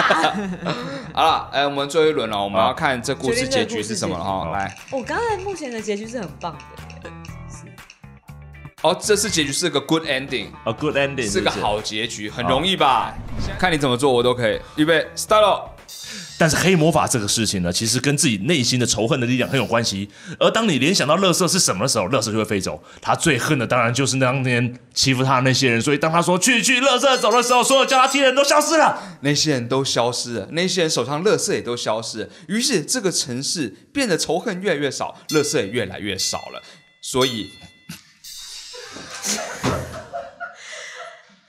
Speaker 3: 好了，哎、我们最后一轮了，我们
Speaker 1: 好
Speaker 3: 要看这故事结局是什么了哈、
Speaker 1: 好
Speaker 3: 来，
Speaker 2: <laughs> 我刚才目前的结局是很棒的，
Speaker 3: 哦，这次结局是个 good ending，
Speaker 1: 啊、g o o d ending，
Speaker 3: 是个
Speaker 1: 不
Speaker 3: 好结局，很容易吧？看你怎么做，我都可以。预备，start 咯
Speaker 1: 但是黑魔法这个事情呢，其实跟自己内心的仇恨的力量很有关系。而当你联想到乐色是什么的时候，乐色就会飞走。他最恨的当然就是当年欺负他的那些人。所以当他说“去去，乐色走”的时候，所有叫他踢的人都消失了。
Speaker 3: 那些人都消失了，那些人手上乐色也都消失了，于是这个城市变得仇恨越来越少，乐色也越来越少了，所以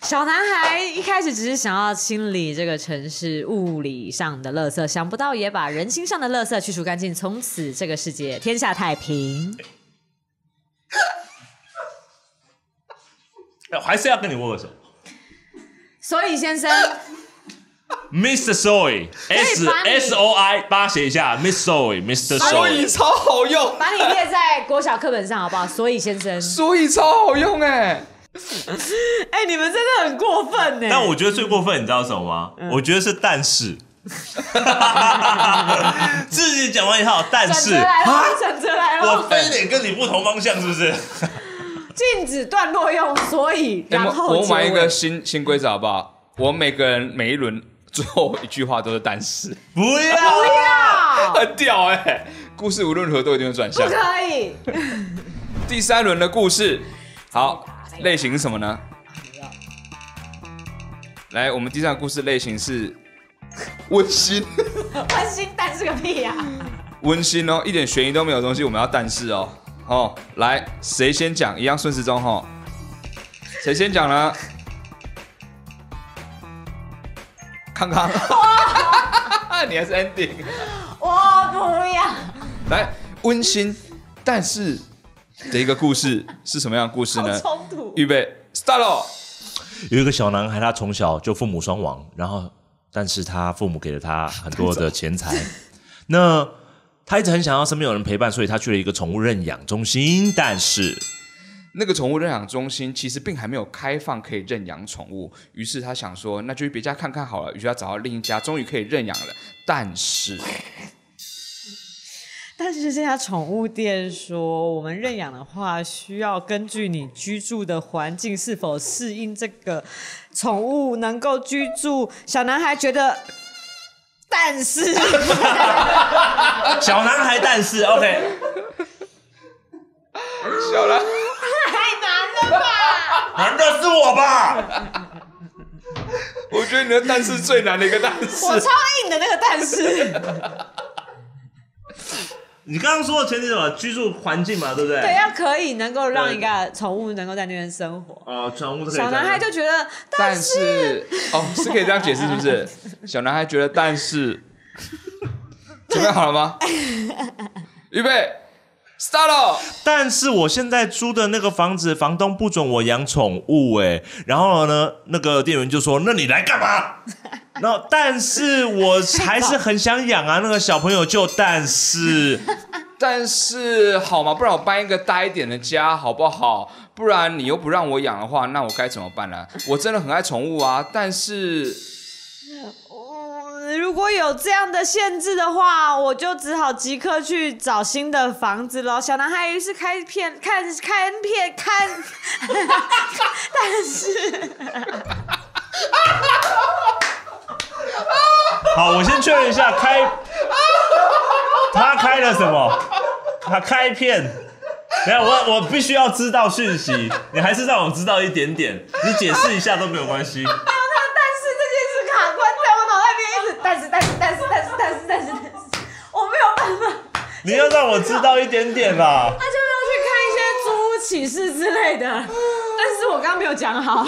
Speaker 2: 小男孩一开始只是想要清理这个城市物理上的垃圾，想不到也把人心上的垃圾去除干净，从此这个世界天下太平。
Speaker 1: 哎还是要跟你握个手
Speaker 2: 所以 <laughs> 先生，
Speaker 1: ，Mr. Soy
Speaker 2: 以
Speaker 1: S
Speaker 2: 把你
Speaker 1: S O I 八写一下，Miss Soy，Mr.
Speaker 3: 所以
Speaker 1: Soy，
Speaker 3: 超好用，
Speaker 2: 把你列在国小课本上好不好？所以先生，
Speaker 3: 所以超好用哎、
Speaker 2: 哎、你们真的很过分欸呢、
Speaker 1: 但我觉得最过分，你知道什么吗？我觉得是但是，自己讲完以后，但
Speaker 2: 转
Speaker 1: 是
Speaker 2: 折来了，转折来
Speaker 1: 我
Speaker 2: 了，
Speaker 1: 非得跟你不同方向，是不是？
Speaker 2: 禁止段落用，所以
Speaker 3: 欸
Speaker 2: 然后
Speaker 3: 我我买一
Speaker 2: 结尾
Speaker 3: 个新新规则好不好？我们每个人每一轮最后一句话都是单是，
Speaker 1: 不要，
Speaker 3: <laughs>
Speaker 2: 啊
Speaker 3: 很屌哎、故事无论如何都一定会转
Speaker 2: 不
Speaker 3: 向。
Speaker 2: 可以。 <laughs>
Speaker 3: 第三轮的故事，好，类型是什么呢？来，我们第三个故事类型是 <laughs> 温馨，
Speaker 2: 关心但是个屁啊呀、
Speaker 3: 嗯温馨哦，一点悬疑都没有的东西，我们要但是哦，哦，来，谁先讲？一样顺时钟哦，谁先讲呢？康康， <laughs> 你还是 ending，
Speaker 2: 我不要。
Speaker 3: 来，温馨，但是的一个故事是什么样的故事呢？
Speaker 2: 好冲突
Speaker 3: 预备，start。
Speaker 1: 有一个小男孩，他从小就父母双亡，然后但是他父母给了他很多的钱财，那他一直很想要身边有人陪伴，所以他去了一个宠物认养中心，但是
Speaker 3: 那个宠物认养中心其实并还没有开放可以认养宠物，于是他想说，那就去别家看看好了。于是他找到另一家，终于可以认养了。但是， <laughs>
Speaker 2: 但是这家宠物店说，我们认养的话，需要根据你居住的环境是否适应这个宠物能够居住。小男孩觉得，但是
Speaker 1: 小男孩，但是 OK，
Speaker 3: 小兰，
Speaker 1: 难道是我吧？
Speaker 3: 我觉得你的但是最难的一个但是，
Speaker 2: 我超硬的那个但是，
Speaker 1: 你刚刚说的前提是什么？居住环境嘛，对不对？
Speaker 2: 对，要啊可以能够让一个宠物能够在那边生活。
Speaker 1: 啊，宠物是可以
Speaker 2: 小男孩
Speaker 1: 这
Speaker 2: 就
Speaker 1: 样
Speaker 2: 觉得，
Speaker 3: 但是哦，是可以这样解释，是不是？小男孩觉得但是，准备好了吗？预备，start 了。
Speaker 1: 但是我现在租的那个房子，房东不准我养宠物、哎，然后呢，那个店员就说：“那你来干嘛？” <laughs> 然后，但是我还是很想养啊。那个小朋友就但是，
Speaker 3: 但是好嘛，不然我搬一个大一点的家好不好？不然你又不让我养的话，那我该怎么办呢、我真的很爱宠物啊，但是
Speaker 2: 嗯如果有这样的限制的话，我就只好即刻去找新的房子喽。小男孩于是开片看看片看，但是
Speaker 1: 好，我先确认一下，开他开了什么？他开片。没有，我我必须要知道讯息，你还是让我知道一点点，你解释一下都没有关系。
Speaker 2: 但是这件事卡关在我脑袋里面，一直但是但是但是但是但是但是但是，我没有办法。
Speaker 1: 你要让我知道一点点啦。
Speaker 2: 他就要去看一些租屋启事之类的，但是我刚刚没有讲好。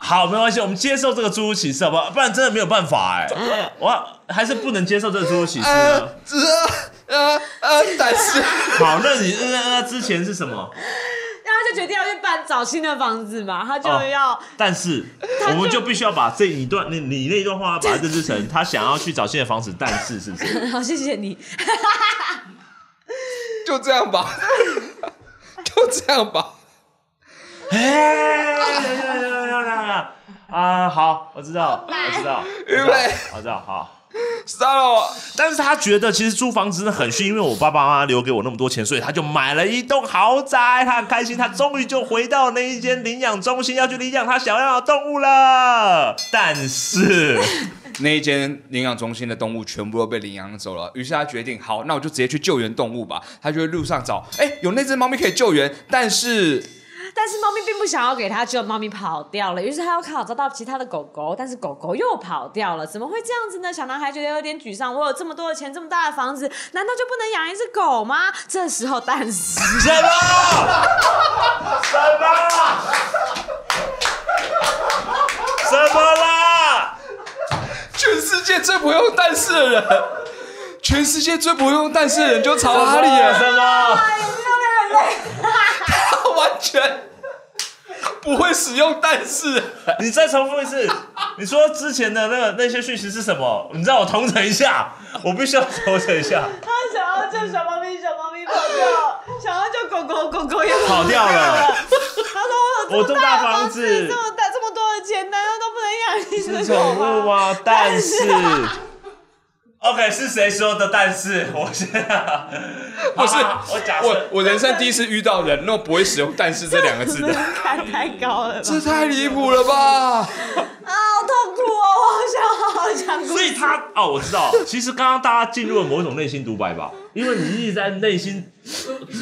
Speaker 1: 好，没关系，我们接受这个诸如其事，好不好？不然真的没有办法哎、我还是不能接受这个诸如其事
Speaker 3: 呃
Speaker 1: 呢。
Speaker 3: 呃呃呃，但是
Speaker 1: 好，那你那那之前是什么？
Speaker 2: 然后他就决定要去搬找新的房子嘛，他就
Speaker 1: 哦
Speaker 2: 要、
Speaker 1: 但是我们就必须要把这一段，你你那一段话把它认知成他想要去找新的房子，但是是不是？
Speaker 2: 好谢谢你。
Speaker 3: 就这样吧，就这样吧。
Speaker 1: 哎，啊，好，我知道，我知道，
Speaker 3: 预备
Speaker 1: 我知道，好。
Speaker 3: ，start
Speaker 1: 但是他觉得其实租房子真的很逊，因为我爸爸妈妈留给我那么多钱，所以他就买了一栋豪宅，他很开心，他终于就回到那一间领养中心，要去领养他想要的动物了。但是，
Speaker 3: 那一间领养中心的动物全部都被领养走了，于是他决定，好，那我就直接去救援动物吧。他就在路上找，哎、有那只猫咪可以救援，但是
Speaker 2: 但是猫咪并不想要给它，只有猫咪跑掉了。于是他又靠找到其他的狗狗，但是狗狗又跑掉了。怎么会这样子呢？小男孩觉得有点沮丧。我有这么多的钱，这么大的房子， <laughs> 难道就不能养一只狗吗？这时候，但是
Speaker 1: 什么？什么？么啦？
Speaker 3: 全世界最不会用但是的人，全世界最不会用但是的人就曹哈利
Speaker 1: 演
Speaker 3: 了，
Speaker 1: 啊什么？
Speaker 3: 他 <laughs> 完全不会使用但是。
Speaker 1: 你再重复一次，你说之前的那个那些讯息是什么？你让我同整一下，我必须要同整一下。
Speaker 2: 他想要救小猫咪，小猫咪跑掉；想要救狗狗，狗狗也
Speaker 1: 跑掉了。
Speaker 2: 他
Speaker 1: 我
Speaker 2: 说 <laughs> 我有
Speaker 1: 这
Speaker 2: 这
Speaker 1: 么
Speaker 2: 么
Speaker 1: 大
Speaker 2: 大
Speaker 1: 房
Speaker 2: 房
Speaker 1: 子
Speaker 2: 子，这么大这么多的钱，难道都不能养一只
Speaker 1: 宠物
Speaker 2: 狗 <laughs> 吗？
Speaker 1: 吗？但是
Speaker 2: 但
Speaker 1: ，OK，是谁说的？但是，我现在
Speaker 3: 不是
Speaker 1: 我假
Speaker 3: 我
Speaker 1: 设
Speaker 3: 我人生第一次遇到人那么不会使用“但是”这两个字
Speaker 2: 门
Speaker 3: 的，
Speaker 2: 槛太高了吧？
Speaker 3: 这太离谱了吧！
Speaker 2: 啊，好痛苦哦！我好想好好讲故
Speaker 1: 所以
Speaker 2: 事。
Speaker 1: 他哦，我知道，其实刚刚大家进入了某种内心独白吧，因为你一直在内心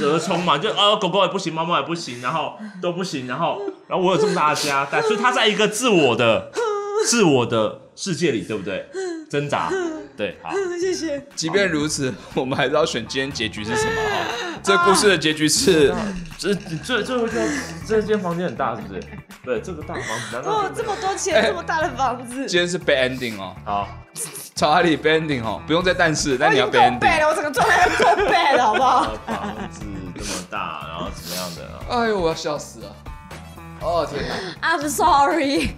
Speaker 1: 折冲嘛，就呃狗狗也不行，猫猫也不行，然后都不行，然后然后我有这么大的家，但所以他在一个自我的自我的世界里，对不对？挣扎，对，好，
Speaker 2: 谢谢。
Speaker 3: 即便如此，我们还是要选今天结局是什么哈。这故事的结局是，
Speaker 1: 这这这回就这间房间很大，是不是？对，这个大房子难道
Speaker 2: 哦，这么多钱，
Speaker 3: 哎
Speaker 2: 这么大的房子，
Speaker 3: 今天是 bad ending 哦，
Speaker 1: 好？
Speaker 3: 查哈利 bad ending 哦，不用再但是，但你要
Speaker 2: 我已
Speaker 3: bad
Speaker 2: 经够
Speaker 3: ending
Speaker 2: 背。了，我整个状态都够背了，好不好？
Speaker 1: 呃
Speaker 3: <laughs>
Speaker 1: 房子这么大，然后怎么样的？啊
Speaker 3: 哎呦，我要笑死了！哦天哪，
Speaker 2: I'm sorry。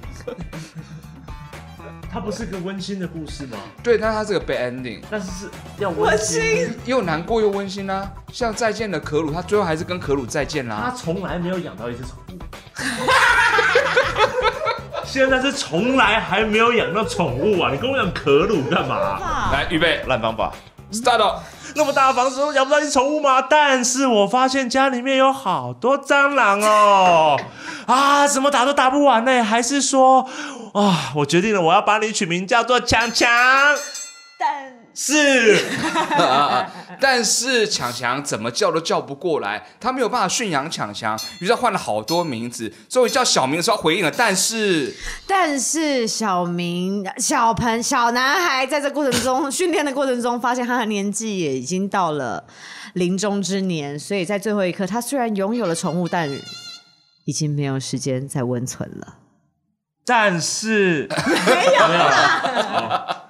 Speaker 1: 它不是个温馨的故事吗？
Speaker 3: 对，但它这个 bad ending
Speaker 1: 但是是要
Speaker 2: 我
Speaker 1: 温馨。
Speaker 2: 心
Speaker 3: 又难过又温馨啊。像再见的可鲁，他最后还是跟可鲁再见
Speaker 1: 他
Speaker 3: 啦。
Speaker 1: 从来没有养到一只宠物，现在是从来还没有养到宠物啊！你跟我讲可鲁干嘛？
Speaker 2: 啊，
Speaker 3: 来，预备
Speaker 1: 烂方法。
Speaker 3: ，start。
Speaker 1: 那么大的房子都养不到一只宠物吗？但是我发现家里面有好多蟑螂哦，啊，怎么打都打不完呢？还是说，啊，我决定了，我要把你取名叫做强强。
Speaker 2: 但
Speaker 1: 是。
Speaker 3: <laughs> 啊啊啊！但是强强怎么叫都叫不过来，他没有办法驯养强强，于是他换了好多名字，终于叫小明的时候他回应了，但是
Speaker 2: 但是小明、小鹏、小男孩在这过程中 <laughs> 训练的过程中，发现他的年纪也已经到了临终之年，所以在最后一刻，他虽然拥有了宠物，但已经没有时间再温存了。
Speaker 1: 但是没有啦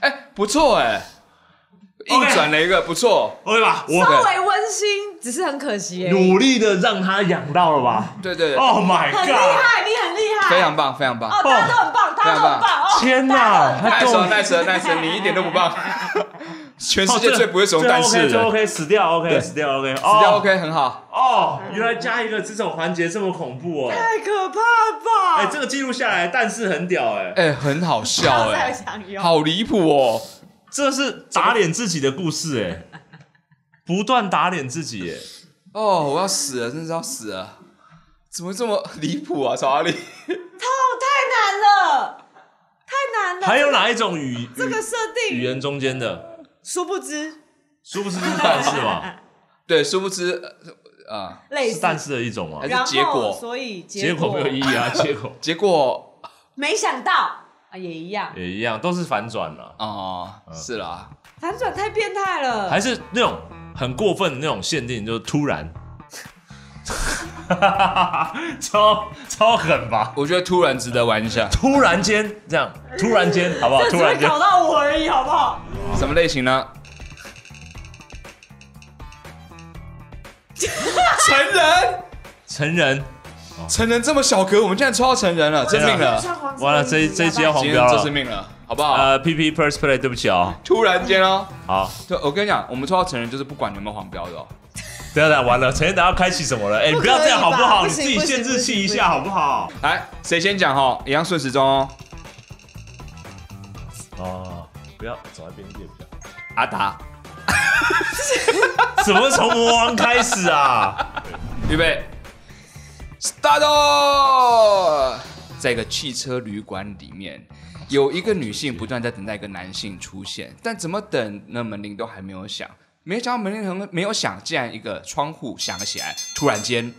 Speaker 3: 哎，不错哎，硬
Speaker 1: OK
Speaker 3: 转了一个，不错，
Speaker 1: ，OK 吧？
Speaker 3: 稍
Speaker 1: 我
Speaker 3: 微
Speaker 2: 温馨，只是很可惜
Speaker 1: 努力的让它养到了吧
Speaker 3: 对对对，
Speaker 1: ？Oh my god！，
Speaker 2: 你很厉害哦
Speaker 3: 非常棒，非常棒。哦
Speaker 1: 大家都
Speaker 2: 很棒，
Speaker 3: 大家都很棒
Speaker 2: 哦
Speaker 1: 天哪，它
Speaker 3: 奈
Speaker 1: 跟
Speaker 3: 蛇
Speaker 1: 我
Speaker 3: 奈蛇奈蛇，你一点都不 <laughs> 棒，全
Speaker 1: 哦
Speaker 3: 世界最不会使用但是
Speaker 1: 最 OK，最
Speaker 3: 的人，
Speaker 1: OK，死掉 OK，
Speaker 3: 对
Speaker 1: 死掉 OK，死
Speaker 3: 死掉 OK 很好，
Speaker 1: 哦，原来加一个这种环节这么恐怖哦！
Speaker 2: 太可怕
Speaker 1: 哎，这个记录下来，但是很屌哎，
Speaker 3: 哎，很好笑哎，
Speaker 2: 想用
Speaker 3: 好离谱哦，
Speaker 1: 这是打脸自己的故事哎，不断打脸自己哎。
Speaker 3: 哦，我要死了，真是要死了，怎么这么离谱啊，曹阿力？
Speaker 2: 哦太难了，太难了
Speaker 1: 还有哪一种语
Speaker 2: 这个设
Speaker 1: 语语
Speaker 2: 定，
Speaker 1: 言中间的，
Speaker 2: 殊不知
Speaker 1: 殊不知是但是
Speaker 2: <laughs> 哎
Speaker 1: 吧？
Speaker 3: <laughs> 对，殊不知呃啊。
Speaker 2: 类
Speaker 1: 是
Speaker 2: 似，
Speaker 1: 但是的一种吗？
Speaker 3: 还是
Speaker 2: 然后
Speaker 3: 结果
Speaker 2: 所以结
Speaker 1: 结果没有意义啊， <laughs> 结果
Speaker 3: 结果
Speaker 2: 没想到啊，也一样，
Speaker 1: 也一样，都是反转了，
Speaker 3: 啊、
Speaker 1: 嗯
Speaker 3: 是啦，
Speaker 2: 反转太变态了，
Speaker 1: 还是那种很过分的那种限定，就是突然， <laughs> 超超狠吧？
Speaker 3: 我觉得突然值得玩一下。
Speaker 1: 突然间这样，突然
Speaker 2: <laughs>
Speaker 1: 间好不好？
Speaker 2: 这只
Speaker 1: 突
Speaker 2: 会
Speaker 1: 然间
Speaker 2: 搞到我而已，好不好？
Speaker 3: 什么类
Speaker 1: <laughs>
Speaker 3: 型呢？成人，
Speaker 1: 成人，哦
Speaker 3: 成人这么小格，我们竟然抽到成人了，真命
Speaker 1: 啊
Speaker 3: 了，
Speaker 2: 穿黄色的
Speaker 1: 完了这一
Speaker 2: 衣服
Speaker 1: 这一集要
Speaker 2: 好吧
Speaker 1: 哎黄
Speaker 3: 今
Speaker 1: 标
Speaker 3: 天这是
Speaker 1: 了。
Speaker 3: 命了，好不好？
Speaker 1: 呃，P P First Play，对不起哦。
Speaker 3: 突然间哦，
Speaker 1: 好，
Speaker 3: 对，我跟你讲，我们抽到成人就是不管有没有黄标的哦。
Speaker 1: 等一下等一下完了，陈建达要开启什么了？哎，你
Speaker 2: 不
Speaker 1: 不要
Speaker 2: 可以
Speaker 1: 这样好不
Speaker 2: 吧
Speaker 1: 好？
Speaker 2: 不
Speaker 1: 你自
Speaker 2: 行
Speaker 1: 己
Speaker 2: 不行
Speaker 1: 限制
Speaker 2: 不
Speaker 1: 器
Speaker 2: 行
Speaker 1: 一
Speaker 2: 不
Speaker 1: 下好不好？
Speaker 3: 来，谁先讲哦？一样顺时钟哦。
Speaker 1: 哦，不要走在边界比较好。
Speaker 3: 阿达，
Speaker 1: 怎么从魔王开始啊？
Speaker 3: 预备，start！在哦一个汽车旅馆里面，有一个女性不断在等待一个男性出现，但怎么等，那门铃都还没有响。没想到门铃没有响，竟然一个窗户响了起来。突然间，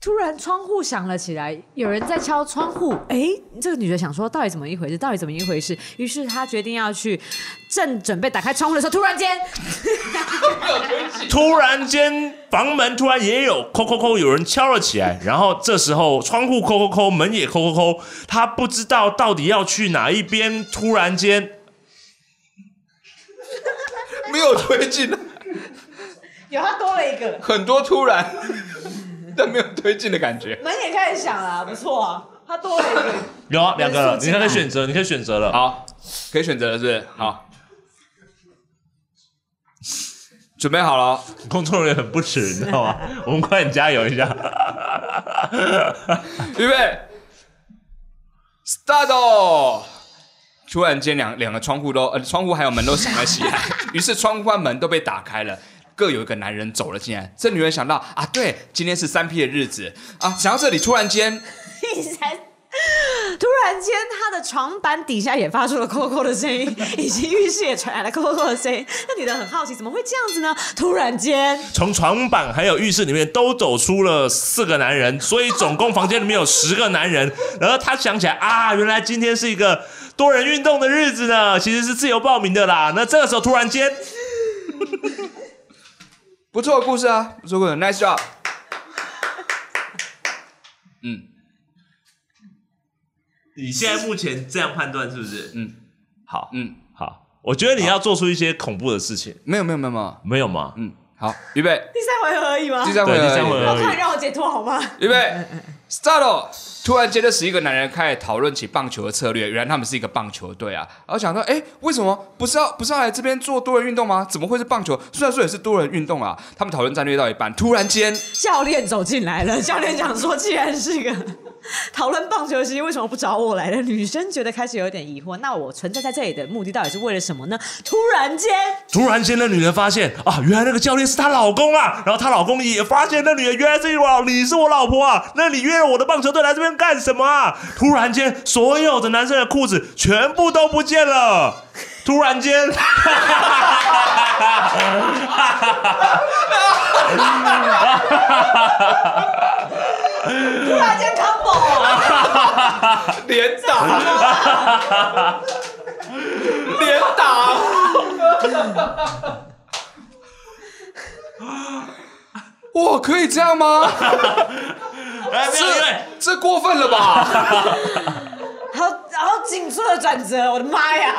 Speaker 2: 突然窗户响了起来，有人在敲窗户。哎，这个女的想说，到底怎么一回事？到底怎么一回事？于是她决定要去，正准备打开窗户的时候，突然间，
Speaker 1: 突然间，房门突然也有扣扣扣，有人敲了起来。然后这时候窗户扣扣扣，门也扣扣扣，他不知道到底要去哪一边。突然间，
Speaker 3: 没有推进， <laughs>
Speaker 2: 有她多了一个
Speaker 3: 很多突然，但没有推进的感觉。
Speaker 2: 门也开始响了、不错啊，她多了一个。
Speaker 1: 有啊，两个了，
Speaker 2: 人数
Speaker 1: 你
Speaker 2: 进来
Speaker 1: 可以选择，你可以选择了。
Speaker 3: 好，可以选择了，是不是？好，准备好了。哦
Speaker 1: 工作人员很不耻，你知道吗？我们快点加油一下。
Speaker 3: 预备，start！突哦然间两，两个窗户都，呃，窗户还有门都响了起来，于是窗户和门都被打开了。各有一个男人走了进来，这女人想到啊，对，今天是三 P 的日子啊。想到这里，突然间，
Speaker 4: 第三，
Speaker 2: 突然间，她的床板底下也发出了“扣扣”的声音，以及浴室也传来了“扣扣”的声音。那女的很好奇，怎么会这样子呢？突然间，
Speaker 1: 从床板还有浴室里面都走出了四个男人，所以总共房间里面有十个男人。然后他想起来啊，原来今天是一个多人运动的日子呢，其实是自由报名的啦。那这个时候突然间，
Speaker 3: 不错的故事啊，不错的故事，nice job。嗯，
Speaker 1: 你现在目前这样判断是不是？
Speaker 3: 嗯，
Speaker 1: 好，
Speaker 3: 嗯，
Speaker 1: 好，我觉得你要做出一些恐怖的事情，
Speaker 3: 没有没有没有没有，
Speaker 1: 没有吗？
Speaker 3: 嗯，好，预备，
Speaker 2: 第三回合而已吗？
Speaker 3: 第三回
Speaker 1: 啊对
Speaker 3: 合而已，
Speaker 1: 第三回合
Speaker 2: 快让我解脱好吗？
Speaker 3: 预备，start！突哦然间，这十一个男人开始讨论起棒球的策略。原来他们是一个棒球队啊！然后想到，哎，为什么不是要不是要来这边做多人运动吗？怎么会是棒球？虽然说也是多人运动啊。他们讨论战略到一半，突然间，
Speaker 2: <laughs> 教练走进来了，教练讲说，既然是个讨论棒球的事情，为什么不找我来的女生觉得开始有点疑惑，那我存在在这里的目的到底是为了什么呢？突然间，
Speaker 1: 突然间，那女人发现啊，原来那个教练是她老公啊，然后她老公也发现那女人原来是我老，你是我老婆啊，那你约了我的棒球队来这边干什么啊？突然间，所有的男生的裤子全部都不见了，突然间，
Speaker 2: 突然间 combo 啊
Speaker 3: 连打，连打，哇，可以这样吗？
Speaker 1: <laughs> 哎，没有没有
Speaker 3: 这这过分了吧？
Speaker 2: 好好紧促的转折，我的妈呀！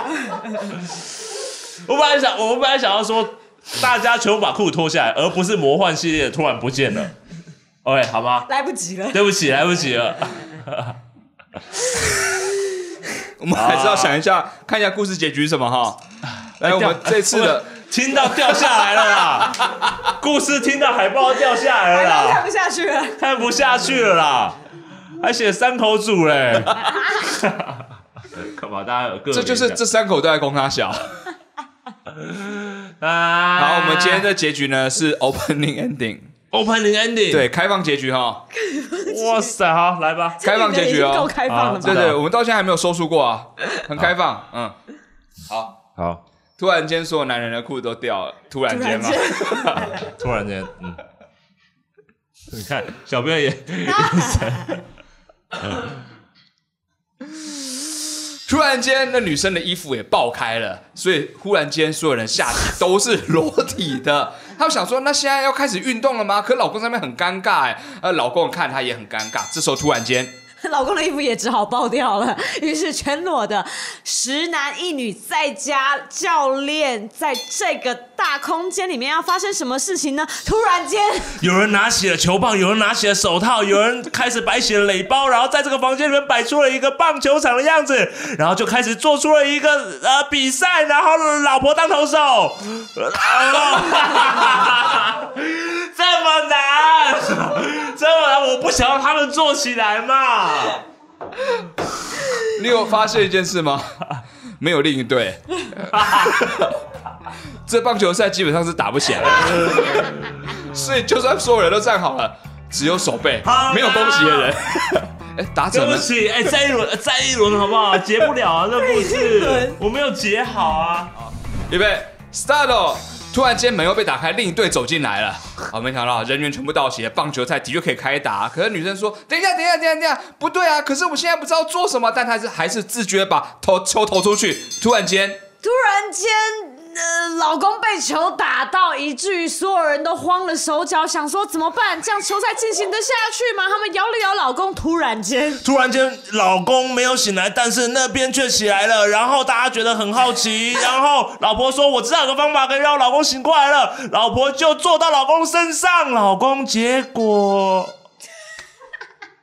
Speaker 1: 我本来想，我本来想要说，大家全部把裤子脱下来，而不是魔幻系列突然不见 <laughs> 了。OK，好吗？
Speaker 2: 来不及了。
Speaker 1: 对不起，来不及了。
Speaker 3: 我们还是要想一下，看一下故事结局是什么哈。来，我们这次的。
Speaker 1: 听到掉下来了啦，
Speaker 3: <laughs>
Speaker 1: 故事听到海报掉下来了
Speaker 2: 来到
Speaker 1: 啦
Speaker 2: 看。不下去了，
Speaker 1: 看不下去了啦，还写三口组
Speaker 3: <laughs>
Speaker 1: 嘞，干嘛？大家有各
Speaker 3: 这就是这三口都在攻他小。
Speaker 1: 啊。
Speaker 3: 好，我们今天的结局呢是 opening ending，
Speaker 1: 哎 opening ending，，
Speaker 3: 对，开放结局哈。
Speaker 1: 哇塞，好来吧，
Speaker 3: 开放结局哦
Speaker 2: <laughs> 这个已经够开放了
Speaker 1: 好
Speaker 3: 对
Speaker 2: 吧？
Speaker 3: 对，我们到现在还没有收束过啊，很开放。嗯，
Speaker 1: 好，
Speaker 3: 突然间所有男人的裤子都掉了，突然间嘛啊
Speaker 2: 突，然
Speaker 1: 突然间，嗯，你看小编也
Speaker 3: <laughs> 突然间那女生的衣服也爆开了，所以忽然间所有人下体都是裸体的。他们想说，那现在要开始运动了吗？可老公在那边很尴尬哎，呃，老公看他也很尴尬。这时候突然间，
Speaker 2: <laughs> 老公的衣服也只好爆掉了，于是全裸的十男一女再加教练，在这个大空间里面要发生什么事情呢？突然间，
Speaker 1: 有人拿起了球棒，有人拿起了手套，有人开始摆起了垒包，然后在这个房间里面摆出了一个棒球场的样子，然后就开始做出了一个呃比赛，然后老婆当投手， <laughs> 呃这么难，这么难，我不想让他们做起来嘛。
Speaker 3: 你有发现一件事吗？ <laughs> 没有另一队，这棒球赛基本上是打不起来的，所以就算所有人都站好了，只有手背
Speaker 1: 好啦
Speaker 3: 没有攻击的人。哎，打者
Speaker 1: 对不
Speaker 3: 们，
Speaker 1: 起，哎、再一轮，呃再一轮好不好？结不了啊，这不
Speaker 2: 再一
Speaker 1: 是
Speaker 2: 轮，
Speaker 1: 我没有结好啊。
Speaker 3: 预备，start！哦突然间门又被打开，另一队走进来了。啊，没想到人员全部到齐，棒球赛的确可以开打。可是女生说：“等一下，等一下，等一下，等一下，不对啊！可是我们现在不知道做什么。”但她还是还是自觉把头球投出去。突然间，
Speaker 2: 突然间，呃，老公被球打到一句，所有人都慌了手脚，想说怎么办？这样球赛进行得下去吗？他们摇了摇老公，突然间，
Speaker 1: 突然间，老公没有醒来，但是那边却起来了。然后大家觉得很好 <laughs> 奇，然后老婆说：“我知道有个方法可以让老公醒过来了。”老婆就坐到老公身上，老公结果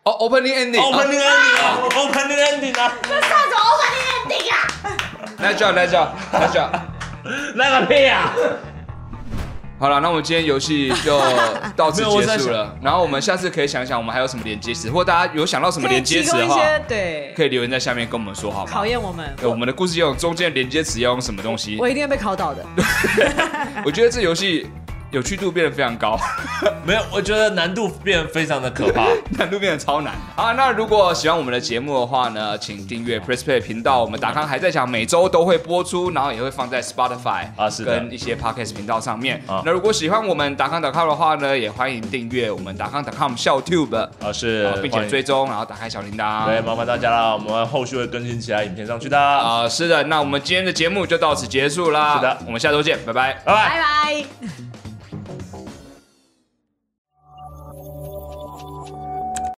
Speaker 3: 哦，opening ending，
Speaker 1: opening ending 啊，opening ending 啊，
Speaker 4: 上种 opening ending 啊！
Speaker 3: 那叫那叫那叫。
Speaker 1: 那个屁啊！
Speaker 3: <laughs> 好了，那我们今天游戏就到
Speaker 2: <laughs>
Speaker 3: 此
Speaker 1: 没有我在
Speaker 3: 结束了。然后我们下次可以想想，我们还有什么连接词，或大家有想到什么
Speaker 2: 可以
Speaker 3: 连接
Speaker 2: 提
Speaker 3: 词
Speaker 2: 供
Speaker 3: 的
Speaker 2: 一
Speaker 3: 话，
Speaker 2: 些对
Speaker 3: 可以留言在下面跟我们说好吗？
Speaker 2: 考验我们，
Speaker 3: 对我们的故事要用中间的连接词要用什么东西？
Speaker 2: 我一定会被考倒
Speaker 3: <laughs>
Speaker 2: 的。
Speaker 3: 我觉得这游戏有趣度变得非常高，
Speaker 1: 没有，我觉得难度变得非常的可怕。
Speaker 3: <laughs> 难度变得超难啊！那如果喜欢我们的节目的话呢，请订阅 Press Play 频道。我们达康还在讲，每周都会播出，然后也会放在 Spotify
Speaker 1: 啊是的
Speaker 3: 跟一些 Podcast 频道上面。
Speaker 1: 啊
Speaker 3: 那如果喜欢我们达康 .com 的话呢，也欢迎订阅我们达康 .com 笑 Tube。
Speaker 1: 老师
Speaker 3: 呃，并且追踪，然后打开小铃
Speaker 1: 对，
Speaker 3: 铛。
Speaker 1: 麻烦大家啦，我们后续会更新其他影片上去的。
Speaker 3: 啊、是的，那我们今天的节目就到此结束啦。
Speaker 1: 是的
Speaker 3: 我们下周见，拜拜。
Speaker 1: 拜拜
Speaker 2: 拜。拜。